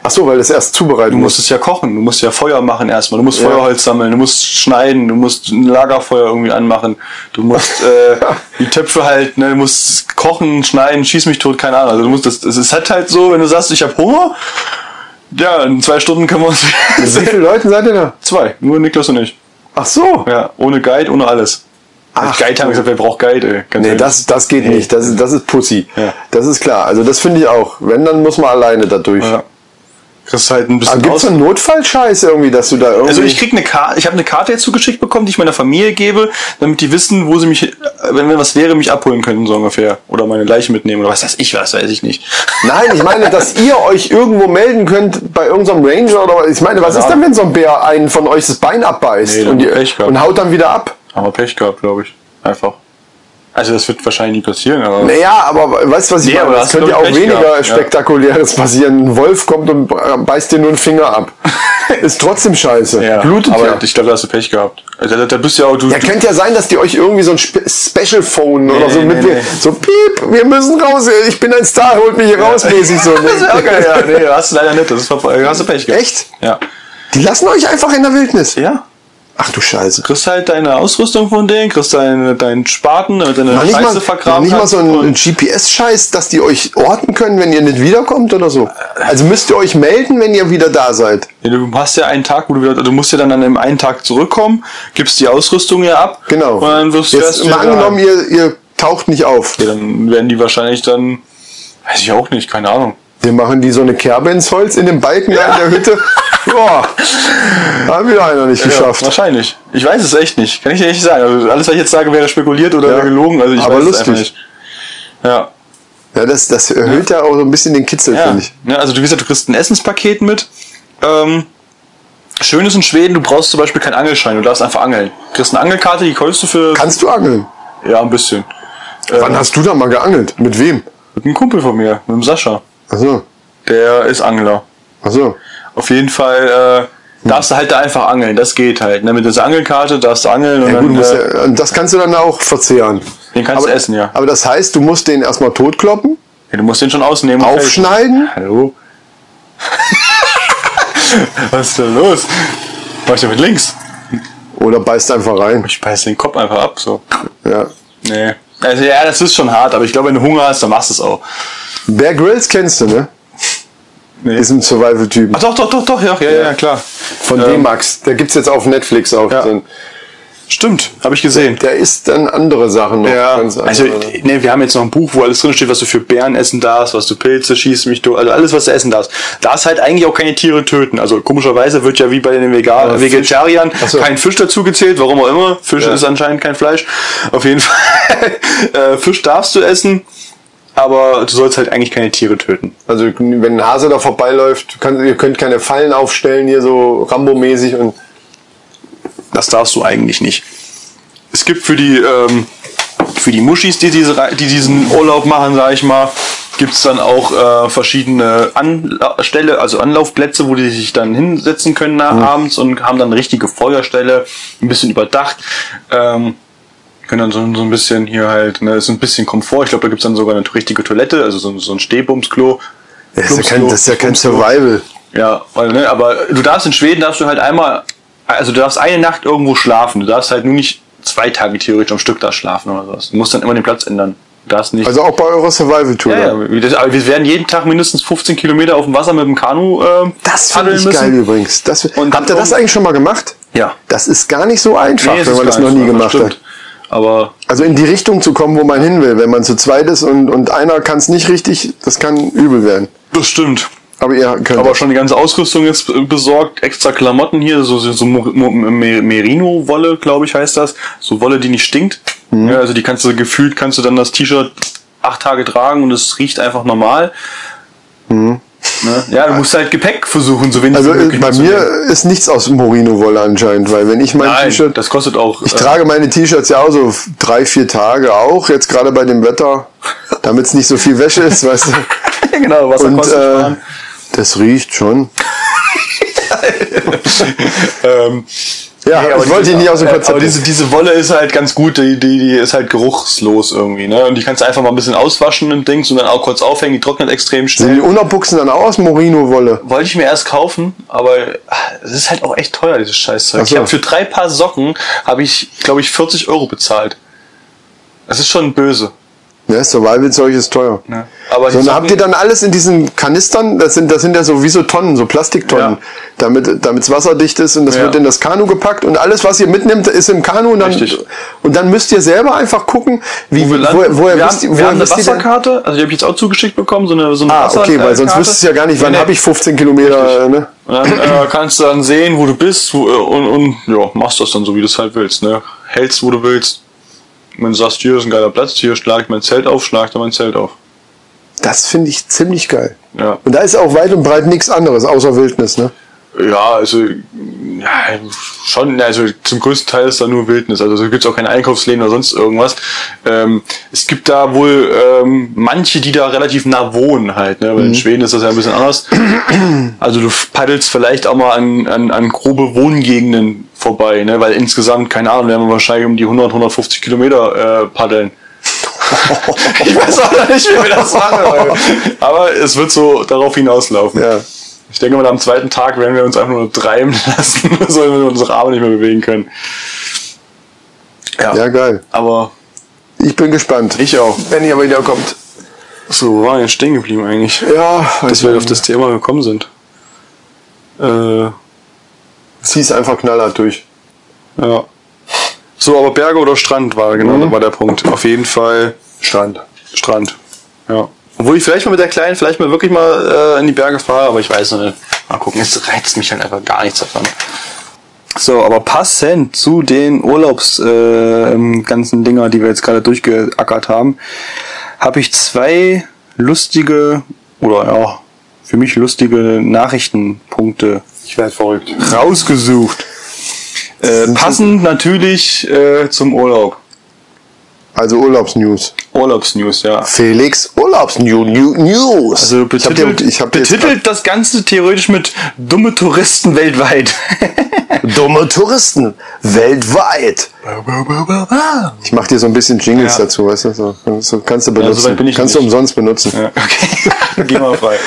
Ach so, weil das erst zubereiten Du muss. musst es ja kochen, du musst ja Feuer machen erstmal, du musst Feuerholz sammeln, du musst schneiden, du musst ein Lagerfeuer irgendwie anmachen, du musst äh, die Töpfe halt, ne, du musst kochen, schneiden, schieß mich tot, keine Ahnung. Also du musst das, es ist halt halt so, wenn du sagst, ich habe Hunger, ja, in zwei Stunden können wir uns Wie viele Leute seid ihr da? zwei, nur Niklas und ich. Ach so. Ja, ohne Guide, ohne alles. Ach, Guide haben gesagt, wer braucht Guide, ey? Ganz Nee, ehrlich. das, das geht nicht. Das, ist- das ist Pussy. Ja. Das ist klar. Also das finde ich auch. Wenn, dann muss man alleine da durch. Ja. Kriegst halt ein Aber bisschen gibt es aus- einen Notfallscheiß irgendwie, dass du da irgendwie... Also ich krieg eine Karte, ich habe eine Karte jetzt zugeschickt bekommen, die ich meiner Familie gebe, damit die wissen, wo sie mich, äh, wenn mir was wäre, mich abholen könnten, so ungefähr. Oder meine Leiche mitnehmen oder was weiß ich was, weiß ich nicht. Nein, ich meine, dass ihr euch irgendwo melden könnt bei irgendeinem Ranger oder was. Ich meine, was ist denn, wenn so ein Bär einen von euch das Bein abbeißt Nee, dann und, ihr, Pech gehabt. und haut dann wieder ab? Haben wir Pech gehabt, glaube ich. Einfach. Also das wird wahrscheinlich nie passieren, aber. Naja, aber weißt du, was ich Nee, meine? aber Das hast könnte du ja auch Pech weniger gehabt, ja. Spektakuläres passieren. Ein Wolf kommt und äh, beißt dir nur einen Finger ab. ist trotzdem scheiße. Ja, Blutet aber ja. ich glaube, da hast du Pech gehabt. Also, da, da bist du ja auch du. Ja, könnte ja sein, dass die euch irgendwie so ein Spe Special Phone oder so nee, mit nee, mir, nee. so piep, wir müssen raus, ich bin ein Star, holt mich hier raus, mäßig so. das wär auch geil, ja, nee, hast du leider nicht. Das ist, ver- hast du Pech gehabt. Echt? Ja. Die lassen euch einfach in der Wildnis. Ja. Ach du Scheiße. Kriegst halt deine Ausrüstung von denen, kriegst deinen deinen Spaten, damit deine Noch nicht, Scheiße mal, vergraben nicht mal kannst so ein, und- ein GPS-Scheiß, dass die euch orten können, wenn ihr nicht wiederkommt oder so. Also müsst ihr euch melden, wenn ihr wieder da seid. Ja, du hast ja einen Tag, wo du wieder, du musst ja dann an dem einen Tag zurückkommen, gibst die Ausrüstung ja ab. Genau. Und dann wirst du Jetzt erst wieder- mal angenommen, ihr, ihr taucht nicht auf. Ja, dann werden die wahrscheinlich dann, weiß ich auch nicht, keine Ahnung. Wir machen die so eine Kerbe ins Holz in dem Balken da in der Hütte. Boah, haben wieder einer nicht geschafft. Ja, wahrscheinlich. Ich weiß es echt nicht. Kann ich dir echt nicht sagen. Also alles, was ich jetzt sage, wäre spekuliert oder Ja. wäre gelogen. Also ich Aber weiß lustig. es einfach nicht. Ja. Ja, das, das erhöht ja. auch so ein bisschen den Kitzel, Ja. finde ich. ja. Also du wie gesagt, du kriegst ein Essenspaket mit. Ähm, schön ist in Schweden, du brauchst zum Beispiel keinen Angelschein, du darfst einfach angeln. Du kriegst eine Angelkarte, die kaufst du für. Kannst du angeln? ja, ein bisschen. Wann hast du da mal geangelt? Mit wem? Mit einem Kumpel von mir, mit dem Sascha. Achso, Der ist Angler. achso. Auf jeden Fall Hm. äh, darfst du halt da einfach angeln. Das geht halt. Ne? Mit dieser Angelkarte darfst du angeln und Ja, gut, dann, musst äh, ja, und das kannst du dann auch verzehren. den kannst aber, du essen, ja. Aber das heißt, du musst den erstmal totkloppen, ja. Du musst den schon ausnehmen. und aufschneiden. fälschen. Hallo? Was ist denn los? Mach ich damit links. Oder beißt einfach rein. Ich beiß den Kopf einfach ab. So. Ja. Nee. Also ja, das ist schon hart, aber ich glaube, wenn du Hunger hast, dann machst du es auch. Bear Grylls kennst du, ne? Nee. Ist ein Survival-Typ. Ach doch, doch, doch, doch, ja, ja, ja, klar. Von ähm, D-Max. Der gibt's jetzt auf Netflix auch. Ja. so ein- Stimmt, habe ich gesehen. Der isst dann andere Sachen noch. Ja, ganz andere also Sachen. ne, wir haben jetzt noch ein Buch, wo alles drin steht, was du für Bären essen darfst, was du Pilze schießt, mich du, also alles, was du essen darfst. Darfst halt eigentlich auch keine Tiere töten. Also komischerweise wird ja wie bei den Vegan Aber Vegetariern Ach so. kein Fisch dazu gezählt, warum auch immer. Fisch Ja. ist anscheinend kein Fleisch. Auf jeden Fall, äh, Fisch darfst du essen, aber du sollst halt eigentlich keine Tiere töten. also wenn ein Hase da vorbeiläuft, kann, ihr könnt keine Fallen aufstellen hier so Rambo-mäßig und Das darfst du eigentlich nicht. Es gibt für die, ähm, für die Muschis, die, diese, Rei- die diesen Urlaub machen, sag ich mal, gibt's dann auch äh, verschiedene Anstelle, also Anlaufplätze, wo die sich dann hinsetzen können nach abends und haben dann eine richtige Feuerstelle, ein bisschen überdacht. Ähm, können dann so, so ein bisschen hier halt, ne, ist ein bisschen Komfort. Ich glaube, da gibt's dann sogar eine richtige Toilette, also so, so ein Stehbumsklo. Das ist ja kein, Plumpsklo. das ist ja kein Survival. Ja, weil, ne, aber du darfst in Schweden darfst du halt einmal, also du darfst eine Nacht irgendwo schlafen. Du darfst halt nur nicht zwei Tage theoretisch am Stück da schlafen oder sowas. Du musst dann immer den Platz ändern. Du darfst nicht. Also auch bei eurer Survival-Tour. ja, ne? ja, wir- das, aber wir werden jeden Tag mindestens 15 Kilometer auf dem Wasser mit dem Kanu. Ähm, Das finde paddeln ich müssen. geil übrigens. Das, Und habt ihr das um- eigentlich schon mal gemacht? Ja. Das ist gar nicht so einfach, Nee, es wenn ist man das gar noch nicht nie so einfach, gemacht hat. stimmt. Aber Also in die Richtung zu kommen, wo man hin will. Wenn man zu zweit ist und, und einer kann es nicht richtig, das kann übel werden. das stimmt. Aber ihr könnt. Aber das. schon die ganze Ausrüstung jetzt äh, besorgt, extra Klamotten hier, so, so so Mo- Mo- Me- Merino-Wolle, glaube ich, heißt das. So Wolle, die nicht stinkt. Mhm. Ja, also die kannst du gefühlt, kannst du dann das T-Shirt acht Tage tragen und es riecht einfach normal. Ne? Ja, du musst halt Gepäck versuchen, so wenig Mhm. wie also äh, möglich bei mitzunehmen. mir ist nichts aus Merino-Wolle anscheinend, weil wenn ich mein Nein, T-Shirt. das kostet auch. Ich äh, trage meine T-Shirts ja auch so f- drei, vier Tage auch, jetzt gerade bei dem Wetter, damit es nicht so viel Wäsche ist, weißt du. genau, Wasser Und kostet äh, sparen. das riecht schon. ähm, Ja, aber ich wollte diese- ihn nicht aus dem äh, Konzept Aber diese, diese Wolle ist halt ganz gut, die, die, die ist halt geruchslos irgendwie, ne? Und die kannst du einfach mal ein bisschen auswaschen im Dings und dann auch kurz aufhängen, die trocknet extrem Sind schnell. die Unterbuchsen dann auch aus Merino-Wolle? Wollte ich mir erst kaufen, aber ah, es ist halt auch echt teuer, dieses Scheißzeug. Ach so. Ich habe für drei Paar Socken, habe ich, glaube ich, 40 Euro bezahlt. Das ist schon böse. Ja, Survival-Zeug ist teuer. Ne? Aber die So, und Socken- habt ihr dann alles in diesen Kanistern? Das sind, das sind ja sowieso Tonnen, so Plastiktonnen, Ja. damit damit es wasserdicht ist und das Ja. wird in das Kanu gepackt und alles, was ihr mitnimmt, ist im Kanu und dann, Richtig. und dann müsst ihr selber einfach gucken, wie, Wir landen- woher, woher wir wisst ihr, haben, wir woher haben eine wisst ihr denn- Wasserkarte, also die habe ich jetzt auch zugeschickt bekommen, so eine, so eine Ah, okay, weil sonst Wasserkarte. wüsstest du ja gar nicht, wann Nee, nee. habe ich 15 Kilometer, äh, ne? Und dann äh, kannst du dann sehen, wo du bist wo, äh, und, und ja, machst das dann so, wie du es halt willst. Ne? Hältst, wo du willst. Wenn du sagst, hier ist ein geiler Platz, hier schlage ich mein Zelt auf, schlag dann mein Zelt auf. Das finde ich ziemlich geil. Ja. Und da ist auch weit und breit nichts anderes, außer Wildnis, ne? Ja, also ja, schon, also zum größten Teil ist da nur Wildnis. Also gibt's auch kein Einkaufsläden oder sonst irgendwas. Ähm, es gibt da wohl ähm, manche, die da relativ nah wohnen halt. Ne? Weil in Schweden ist das ja ein bisschen anders. Also du paddelst vielleicht auch mal an, an, an grobe Wohngegenden vorbei, ne? weil insgesamt, keine Ahnung, werden wir wahrscheinlich um die 100, 150 Kilometer äh, paddeln. ich weiß auch noch nicht, wie wir das machen. Leute. Aber es wird so darauf hinauslaufen. Ja. Ich denke mal, am zweiten Tag werden wir uns einfach nur treiben lassen, sollen wir unsere Arme nicht mehr bewegen können. Ja, geil. Aber Ich bin gespannt. ich auch. Wenn ihr aber wiederkommt. So, wo waren wir denn stehen geblieben eigentlich? Ja, Dass wir auf das Thema gekommen sind. Äh, zieh's einfach knallhart durch. ja. So, aber Berge oder Strand war genau war der Punkt. Auf jeden Fall Strand. Strand. Ja. Obwohl ich vielleicht mal mit der Kleinen, vielleicht mal wirklich mal äh, in die Berge fahre, aber ich weiß noch nicht. Mal gucken, es reizt mich halt einfach gar nichts davon. So, aber passend zu den Urlaubs äh, ähm, ganzen Dinger, die wir jetzt gerade durchgeackert haben, habe ich zwei lustige oder ja, für mich lustige Nachrichtenpunkte Ich werde verrückt. rausgesucht. Äh, passend natürlich äh, zum Urlaub. Also Urlaubsnews. Urlaubsnews, ja. Felix Urlaubsnews. New, News. Also ich hab dir- betitelt, ich hab dir jetzt betitelt das Ganze theoretisch mit dumme Touristen weltweit. Dumme Touristen weltweit. Ich mach dir so ein bisschen Jingles Ja. dazu, weißt du? So, kannst du- kannst du benutzen. so weit bin ich kannst du nicht. umsonst benutzen. Ja, okay, geh mal frei.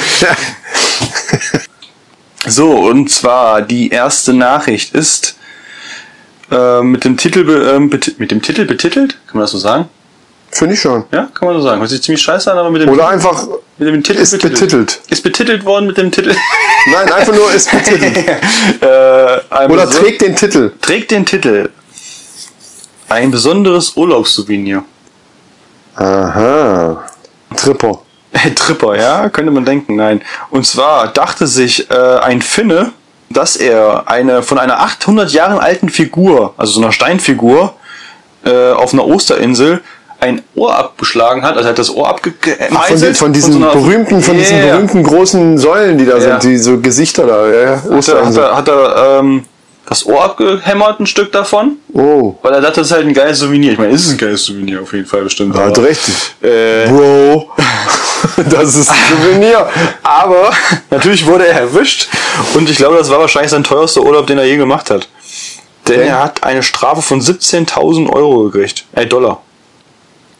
So, und zwar die erste Nachricht ist äh, mit, dem Titel be- ähm, beti- mit dem Titel betitelt, kann man das so sagen? Finde ich schon. Ja, kann man so sagen. Hört sich ziemlich scheiße an, aber mit dem, Oder einfach mit dem Titel ist betitelt. Ist betitelt worden mit dem Titel. Nein, einfach nur ist betitelt. äh, Oder trägt den Titel. trägt den Titel. Ein besonderes Urlaubssouvenir. Aha. Tripper. Tripper, ja, könnte man denken, nein. Und zwar dachte sich äh, ein Finne, dass er eine von einer 800 Jahren alten Figur, also so einer Steinfigur, äh, auf einer Osterinsel ein Ohr abgeschlagen hat. Also er hat das Ohr Ach, von, abgemeißelt. den, von diesen so einer- berühmten, von diesen Ja, ja, ja. berühmten großen Säulen, die da Ja. sind, die so Gesichter da, ja, ja. Hat Osterinsel. er, hat er ähm, das Ohr abgehämmert, ein Stück davon, Oh, weil er dachte, das ist halt ein geiles Souvenir. Ich meine, ist es ein geiles Souvenir auf jeden Fall bestimmt. hat aber- recht. Äh, Bro. das ist ein Souvenir. Aber natürlich wurde er erwischt und ich glaube, das war wahrscheinlich sein teuerster Urlaub, den er je gemacht hat. Denn er hat eine Strafe von 17.000 Euro gekriegt. Äh, Dollar.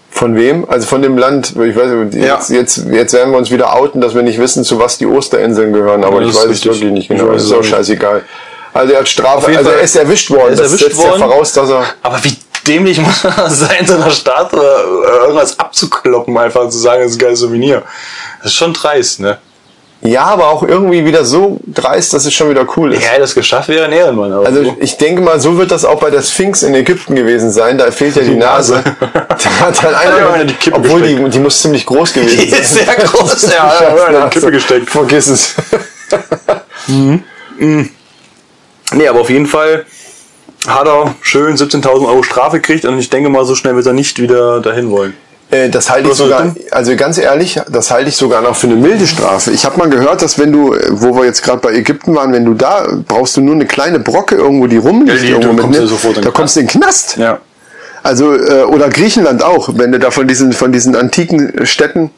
Von wem? Also von dem Land. Ich weiß nicht, jetzt, Ja. jetzt, jetzt werden wir uns wieder outen, dass wir nicht wissen, zu was die Osterinseln gehören, Ja, aber ich das ist weiß richtig. es wirklich nicht Ich genau. weiß Das es ist auch auch nicht. scheißegal. Also er hat Strafe, jeden also er Fall. ist erwischt worden. Er ist das erwischt setzt worden. ja voraus, dass er. Aber wie dämlich muss das sein, so einer Statue oder irgendwas abzukloppen, einfach zu sagen, das ist ein geiles Souvenir. Das ist schon dreist, ne? Ja, aber auch irgendwie wieder so dreist, dass es schon wieder cool ist. Ja, das geschafft wäre ein Ehrenmann. Aber Also ich denke mal, so wird das auch bei der Sphinx in Ägypten gewesen sein. Da fehlt ja die Nase. Da hat halt Hat ja einer, einer die Kippe obwohl die, die muss ziemlich groß gewesen Die sein. ist sehr groß, ja, hat einer in die Kippe gesteckt. Vergiss es. nee, aber auf jeden Fall hat er schön 17.000 Euro Strafe gekriegt und ich denke mal, so schnell wird er nicht wieder dahin wollen. Äh, Das halte ich Was soll sogar, also ganz ehrlich, das halte ich sogar noch für eine milde Strafe. Ich habe mal gehört, dass wenn du, äh, wo wir jetzt gerade bei Ägypten waren, wenn du da brauchst du nur eine kleine Brocke irgendwo, die rumliegt, Ja, die- irgendwo du kommst ne? ja sofort in den da kommst du in den Knast. Ja. Also äh, oder Griechenland auch, wenn du da von diesen von diesen antiken Städten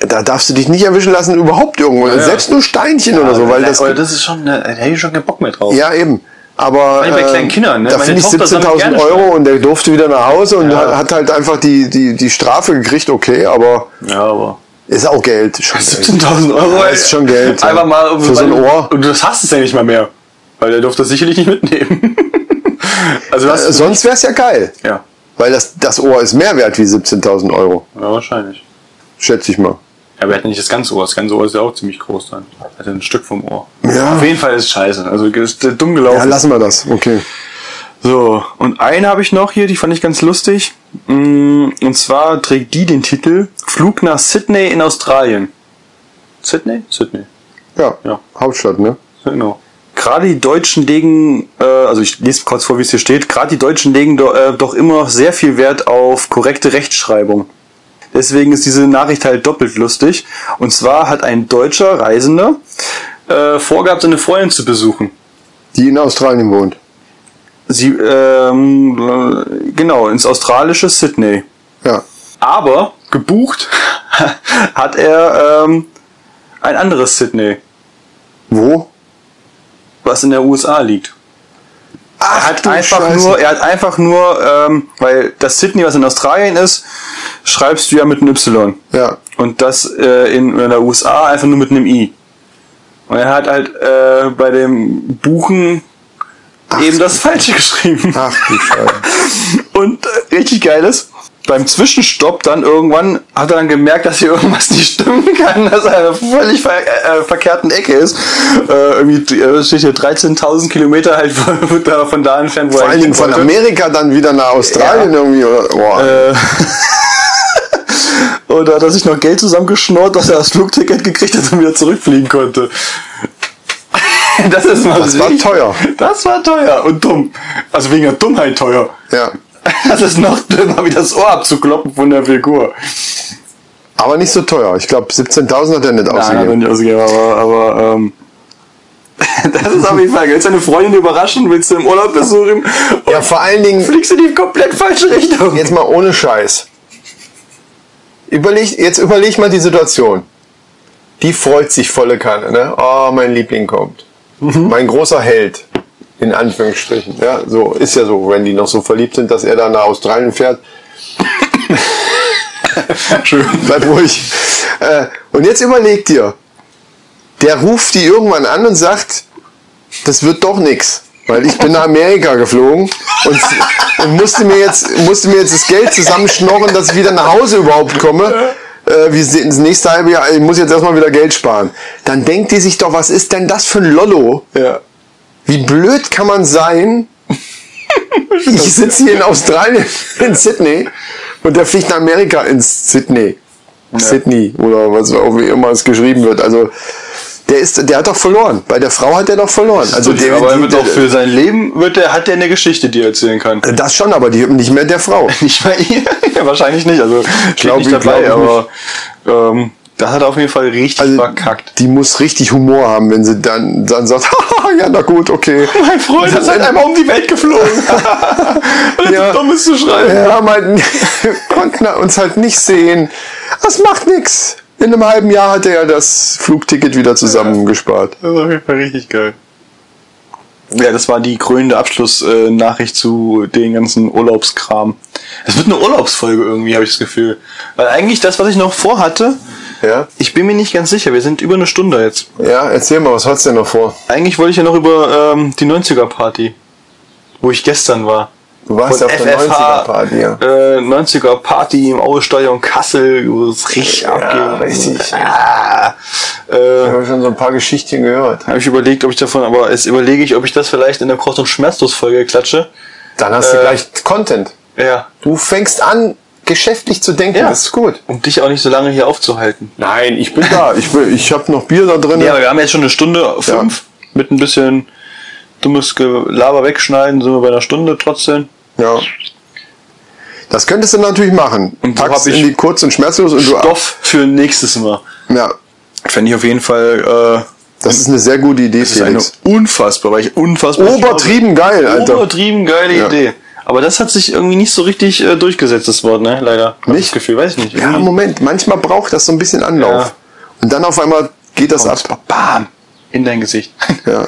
da darfst du dich nicht erwischen lassen, überhaupt irgendwo. Selbst nur Steinchen oder so, weil das. aber Ah, das ist schon, äh, da hätte ich schon keinen Bock mehr drauf. Ja, eben. Aber Vor allem bei äh, kleinen Kindern, ne? da Meine finde ich Tochter sammelt 17.000 gerne Euro und der durfte wieder nach Hause und hat, hat halt einfach die, die, die Strafe gekriegt, okay, aber Ja, aber. ist auch Geld. Schon Geld. 17.000 Euro Ja, ey. ist schon Geld, ja. Einfach mal um- Für so ein Ohr. Und das hast es ja nicht mal mehr. Weil der durfte das sicherlich nicht mitnehmen. also das. Äh, Sonst wäre es ja geil, ja. weil das, das Ohr ist mehr wert wie 17.000 Euro, ja, wahrscheinlich. schätze ich mal. Ja, aber er hat nicht das ganze Ohr. Das ganze Ohr ist ja auch ziemlich groß dann. Er hat ein Stück vom Ohr. Ja. Auf jeden Fall ist es scheiße. Also ist äh, dumm Ja, gelaufen. lassen wir das, okay. so, und eine habe ich noch hier, die fand ich ganz lustig. Mm, Und zwar trägt die den Titel Flug nach Sydney in Australien. Sydney? Sydney. Ja, Ja. Hauptstadt, ne? Genau. Gerade die Deutschen legen, äh, also ich lese kurz vor, wie es hier steht, gerade die Deutschen legen do, äh, doch immer noch sehr viel Wert auf korrekte Rechtschreibung. Deswegen ist diese Nachricht halt doppelt lustig. Und zwar hat ein deutscher Reisender äh, vorgehabt, seine Freundin zu besuchen. Die in Australien wohnt. Sie, ähm, äh, genau, ins australische Sydney. Ja. Aber gebucht hat er ähm, ein anderes Sydney, Wo? was in der USA liegt. Er hat einfach nur, er hat einfach nur, ähm, weil das Sydney, was in Australien ist, schreibst du ja mit einem Y. Ja. Und das äh, in, in der USA einfach nur mit einem I. Und er hat halt äh, bei dem Buchen eben das Falsche geschrieben. Ach du Scheiße. Und äh, richtig geiles. Beim Zwischenstopp dann irgendwann hat er dann gemerkt, dass hier irgendwas nicht stimmen kann, dass er in einer völlig ver äh, verkehrten Ecke ist. Äh, irgendwie äh, steht hier 13.000 Kilometer halt von, von da entfernt, wo Vor allen hin Dingen von wollte. Amerika dann wieder nach Australien irgendwie. Oder, boah. Äh. Oder hat er sich noch Geld zusammengeschnurrt, dass er das Flugticket gekriegt hat und wieder zurückfliegen konnte. Das ist mal Das war richtig- teuer. Das war teuer und dumm. Also wegen der Dummheit teuer. Ja. Das ist noch dümmer, wie das Ohr abzukloppen von der Figur. Aber nicht so teuer. Ich glaube, 17.000 hat er nicht Nein, ausgegeben. nicht ausgegeben, aber, aber ähm, das ist auf jeden Fall. geil. Willst du deine Freundin überraschen? Willst du im Urlaub besuchen? Und Ja, vor allen Dingen, fliegst du in die komplett falsche Richtung. jetzt mal ohne Scheiß. Überleg, jetzt überleg mal die Situation. Die freut sich volle Kanne, ne? Oh, mein Liebling kommt. Mhm. Mein großer Held. In Anführungsstrichen. Ja, so ist ja so, wenn die noch so verliebt sind, dass er da nach Australien fährt. Schön. Bleib ruhig. Äh, und jetzt überleg dir, der ruft die irgendwann an und sagt, das wird doch nix. Weil ich bin nach Amerika geflogen und, und musste, mir jetzt, musste mir jetzt das Geld zusammenschnorren, dass ich wieder nach Hause überhaupt komme. Äh, wie se- ins nächste halbe Jahr, ich muss jetzt erstmal wieder Geld sparen. Dann denkt die sich doch, was ist denn das für ein Lollo? Ja. Wie blöd kann man sein? Ich sitze hier in Australien, in Sydney, und der fliegt nach Amerika ins Sydney. Sydney oder was auch wie immer es geschrieben wird. Also der ist, der hat doch verloren. Bei der Frau hat er doch verloren. Also der, aber er die, wird auch für sein Leben wird der, hat er eine Geschichte, die er erzählen kann. das schon, aber die nicht mehr der Frau. Also Nicht bei ihr? ja, wahrscheinlich nicht. Also steht Glaub nicht ich, dabei, glaub aber ähm, das hat er auf jeden Fall richtig Also, verkackt. Die muss richtig Humor haben, wenn sie dann, dann sagt, "Haha, ja na gut, okay. Mein Freund ist halt einmal um die Welt geflogen. Und Ja. ja. Dummes zu schreiben. Wir haben halt, konnten uns halt nicht sehen. Das macht nix. In einem halben Jahr hat er ja das Flugticket wieder zusammengespart. Das ist auf jeden Fall richtig geil. Ja, das war die krönende Abschlussnachricht zu den ganzen Urlaubskram. Es wird eine Urlaubsfolge irgendwie, habe ich das Gefühl. Weil eigentlich das, was ich noch vorhatte, Ja? ich bin mir nicht ganz sicher. Wir sind über eine Stunde jetzt. Ja, erzähl mal, was hast du denn noch vor? Eigentlich wollte ich ja noch über ähm, die 90er-Party, wo ich gestern war. Du warst Von auf der 90er-Party, ja. Äh, 90er Party im Aussteuerung Kassel, wo es richtig ja, richtig. Ah, äh, Ich habe schon so ein paar Geschichten gehört. habe ich überlegt, ob ich davon, aber jetzt überlege ich, ob ich das vielleicht in der Kost- und Schmerzlos-Folge klatsche. Dann hast du Äh, gleich Content. Ja. Du fängst an, geschäftlich zu denken. Ja. Das ist gut. Um dich auch nicht so lange hier aufzuhalten. Nein, ich bin da. Ich, will- ich habe noch Bier da drin. Ja, aber wir haben jetzt schon eine Stunde fünf mit ein bisschen dummes Gelaber wegschneiden, sind wir bei einer Stunde trotzdem. Ja. Das könntest du natürlich machen. Und so Packst hab ich in die kurz und schmerzlos und du. Stoff für nächstes Mal. Ja, Fände ich auf jeden Fall, äh, das ist eine sehr gute Idee, das ist eine Felix. unfassbar, weil ich unfassbar. Obertrieben geil, Alter. Obertrieben geile Ja. Idee. Aber das hat sich irgendwie nicht so richtig äh, durchgesetzt, das Wort, ne? Leider. Hab Nicht? Das Gefühl, weiß ich nicht. Ja, Irgendwie- Moment, manchmal braucht das so ein bisschen Anlauf. Hm. Ja. Und dann auf einmal geht das ab. Bam! In dein Gesicht. Ja.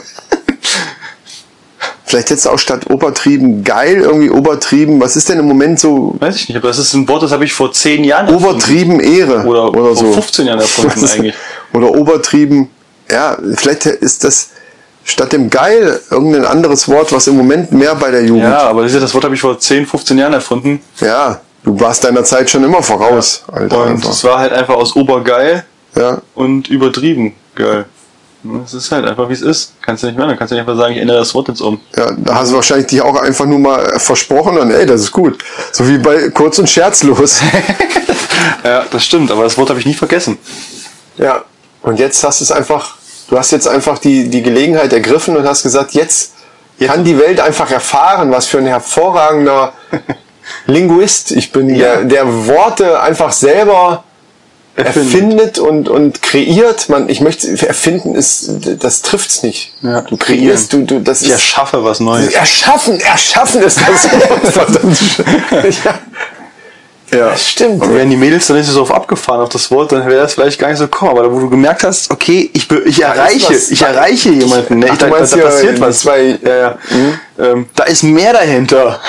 Vielleicht hättest du auch statt Obertrieben geil irgendwie Obertrieben. Was ist denn im Moment so Weiß ich nicht, aber das ist ein Wort, das habe ich vor zehn Jahren erfunden. Obertrieben Ehre Oder oder vor so. 15 Jahren erfunden Was ist- eigentlich. Oder Obertrieben. Ja, vielleicht ist das statt dem geil irgendein anderes Wort, was im Moment mehr bei der Jugend. Ja, aber das, ist ja- das Wort habe ich vor 10, 15 Jahren erfunden. Ja, du warst deiner Zeit schon immer voraus, Alter. Und einfach. es war halt einfach aus obergeil Ja, und übertrieben geil. Es ist halt einfach, wie es ist. Kannst du nicht mehr, dann kannst du nicht einfach sagen, ich ändere das Wort jetzt um. ja, da hast du wahrscheinlich dich auch einfach nur mal äh, versprochen und ey, das ist gut. So wie bei kurz und scherzlos. Ja, das stimmt, aber das Wort habe ich nie vergessen. ja. Und jetzt hast du es einfach, du hast jetzt einfach die, die Gelegenheit ergriffen und hast gesagt, jetzt kann die Welt einfach erfahren, was für ein hervorragender Linguist ich bin, der, der Worte einfach selber erfindet und, und kreiert. Man, ich möchte, erfinden ist, das trifft's nicht. Ja. Du kreierst, du, du, das Ich erschaffe was Neues. Erschaffen, erschaffen ist das. ja. Ja. Das stimmt. Und wären Also die Mädels dann nicht so auf abgefahren auf das Wort, dann wäre das vielleicht gar nicht so kommen. Aber wo du gemerkt hast, okay, ich, be- ich erreiche, was- ich erreiche jemanden. Ne? Ach, ich, du da, da, meinst da hier passiert was. zwei- ja, ja. Mhm. Ähm, da ist mehr dahinter.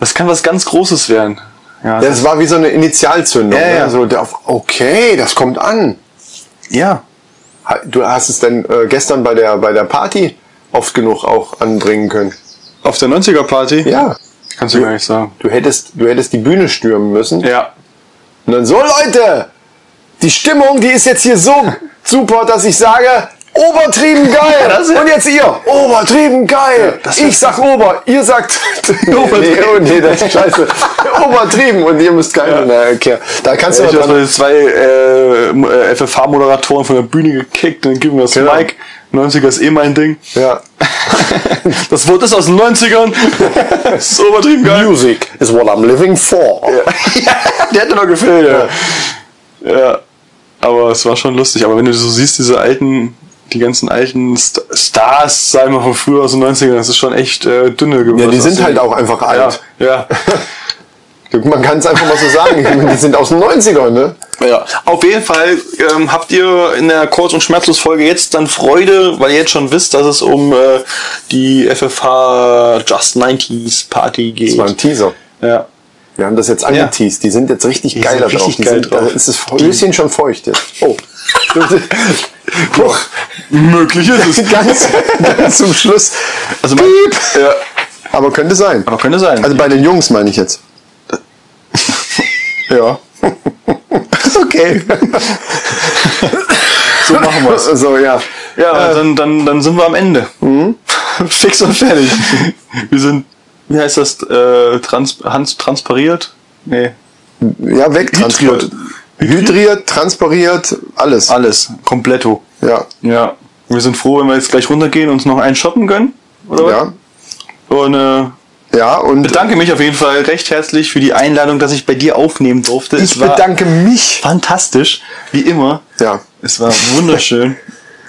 Das kann was ganz Großes werden. Ja, Das war wie so eine Initialzündung. Ja, ne? ja. So, der auf- okay, das kommt an. ja. Ha- Du hast es denn äh, gestern bei der, bei der Party oft genug auch anbringen können. Auf der 90er Party? Ja. Kannst du gar nicht sagen. Du hättest, du hättest die Bühne stürmen müssen. Ja. Und dann so, Leute, die Stimmung, die ist jetzt hier so super, dass ich sage, obertrieben geil. das ist- Und jetzt ihr, obertrieben geil. ich sag ober, ihr sagt Obertrieben. Nee, oh, nee, das ist scheiße. obertrieben und ihr müsst geil. Na, okay. Da kannst du Ich was habe zwei äh, FFH-Moderatoren von der Bühne gekickt, dann gib mir das Genau. Mike. 90er ist eh mein Ding. Ja. Das Wort ist aus den 90ern. Das ist übertrieben geil. Music is what I'm living for. ja, der hätte noch gefehlt. Ja. ja, aber es war schon lustig. Aber wenn du so siehst, diese alten, die ganzen alten St Stars, sagen wir von früher aus den 90ern, das ist schon echt äh, dünne geworden. Ja, die Aus sind den- halt auch einfach alt. Ja, Man kann es einfach mal so sagen. Ich meine, Die sind aus den 90ern, ne? ja. ja. Auf jeden Fall ähm, habt ihr in der Kurz- und Schmerzlos-Folge jetzt dann Freude, weil ihr jetzt schon wisst, dass es um äh, die FFH Just 90s Party geht. Das war ein Teaser. ja. Wir haben das jetzt angeteased. Die sind jetzt richtig Die geil sind da drauf. richtig Die geil sind, drauf. äh, Da ist das Höschen schon feucht jetzt. Oh. Huch. Möglich ist es. ganz, ganz zum Schluss. Also man, ja. Aber könnte sein. Aber könnte sein. Also bei den Jungs meine ich jetzt. ja. ist okay. so machen wir so, ja. Äh, Ja, dann, dann, dann sind wir am Ende. Mhm. Fix und fertig. Wir sind, wie heißt das, äh, trans, Hans transpariert? Nee. Ja, wegtransport. Hydriert, transpiriert, alles. Alles. Kompletto. Ja. Ja. Wir sind froh, wenn wir jetzt gleich runtergehen und uns noch einen shoppen gönnen. Oder was? Ja. Und äh, Ja, und bedanke mich auf jeden Fall recht herzlich für die Einladung, dass ich bei dir aufnehmen durfte. ich bedanke mich. fantastisch, wie immer. Ja. Es war wunderschön.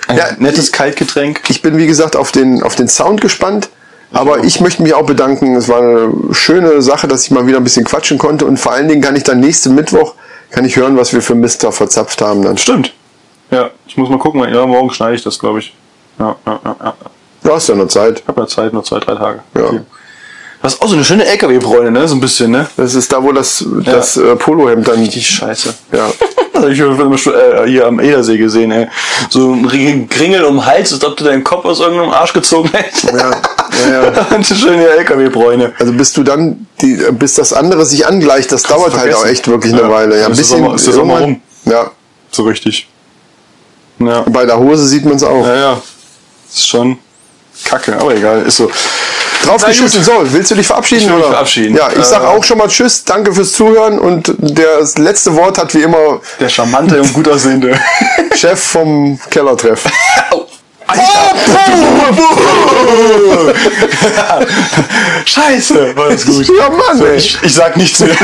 Ein Ja, nettes Kaltgetränk. Ich bin, wie gesagt, auf den, auf den Sound gespannt. Aber ich möchte mich auch bedanken. Es war eine schöne Sache, dass ich mal wieder ein bisschen quatschen konnte. Und vor allen Dingen kann ich dann nächsten Mittwoch kann ich hören, was wir für Mister verzapft haben. Dann Stimmt. Ja, ich muss mal gucken. Ja, morgen schneide ich das, glaube ich. Ja, ja, ja, ja. du hast ja noch Zeit. Ich habe ja Zeit, nur zwei, drei Tage. Ja. Okay. Was auch so eine schöne LKW-Bräune, ne? So ein bisschen, ne? Das ist da, wo das, das äh, Polohemd dann. Die Scheiße. Ja. Das hab ich immer schon, äh, hier am Edersee gesehen, ey. So ein Ring- Kringel um den Hals, als ob du deinen Kopf aus irgendeinem Arsch gezogen hättest. Ja, ja, ja. Und eine schöne LKW-Bräune. Also bis du dann, die, bis das andere sich angleicht, das dauert halt vergessen. auch echt wirklich eine Ja. Weile. Ja, Ist der Sommer- ist der Sommer irgendwann- Ja, So richtig. Ja. bei der Hose sieht man es auch. Ja, ja. Ist schon kacke, aber egal, ist so. Draufgeschissen. So, willst du dich verabschieden? Ich will mich oder? verabschieden. Ja, ich sag Äh, auch schon mal Tschüss, danke fürs Zuhören und der, das letzte Wort hat wie immer Der charmante und gut aussehende. Chef vom Kellertreff. Scheiße, war das gut. Ja, Mann, ey. Ich, ich sag nichts mehr.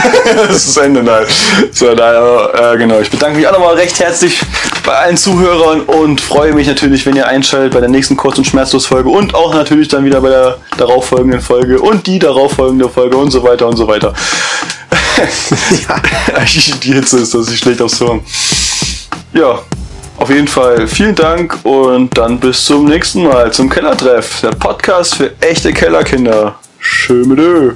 das ist das Ende, nein. So, daher, äh, genau. Ich bedanke mich auch nochmal recht herzlich bei allen Zuhörern und freue mich natürlich, wenn ihr einschaltet bei der nächsten Kurz- und Schmerzlos-Folge und auch natürlich dann wieder bei der darauffolgenden Folge und die darauffolgende Folge und so weiter und so weiter. die Hitze ist, dass ich schlecht aufs Hirn. Ja, auf jeden Fall vielen Dank und dann bis zum nächsten Mal zum Kellertreff, der Podcast für echte Kellerkinder. Schöne.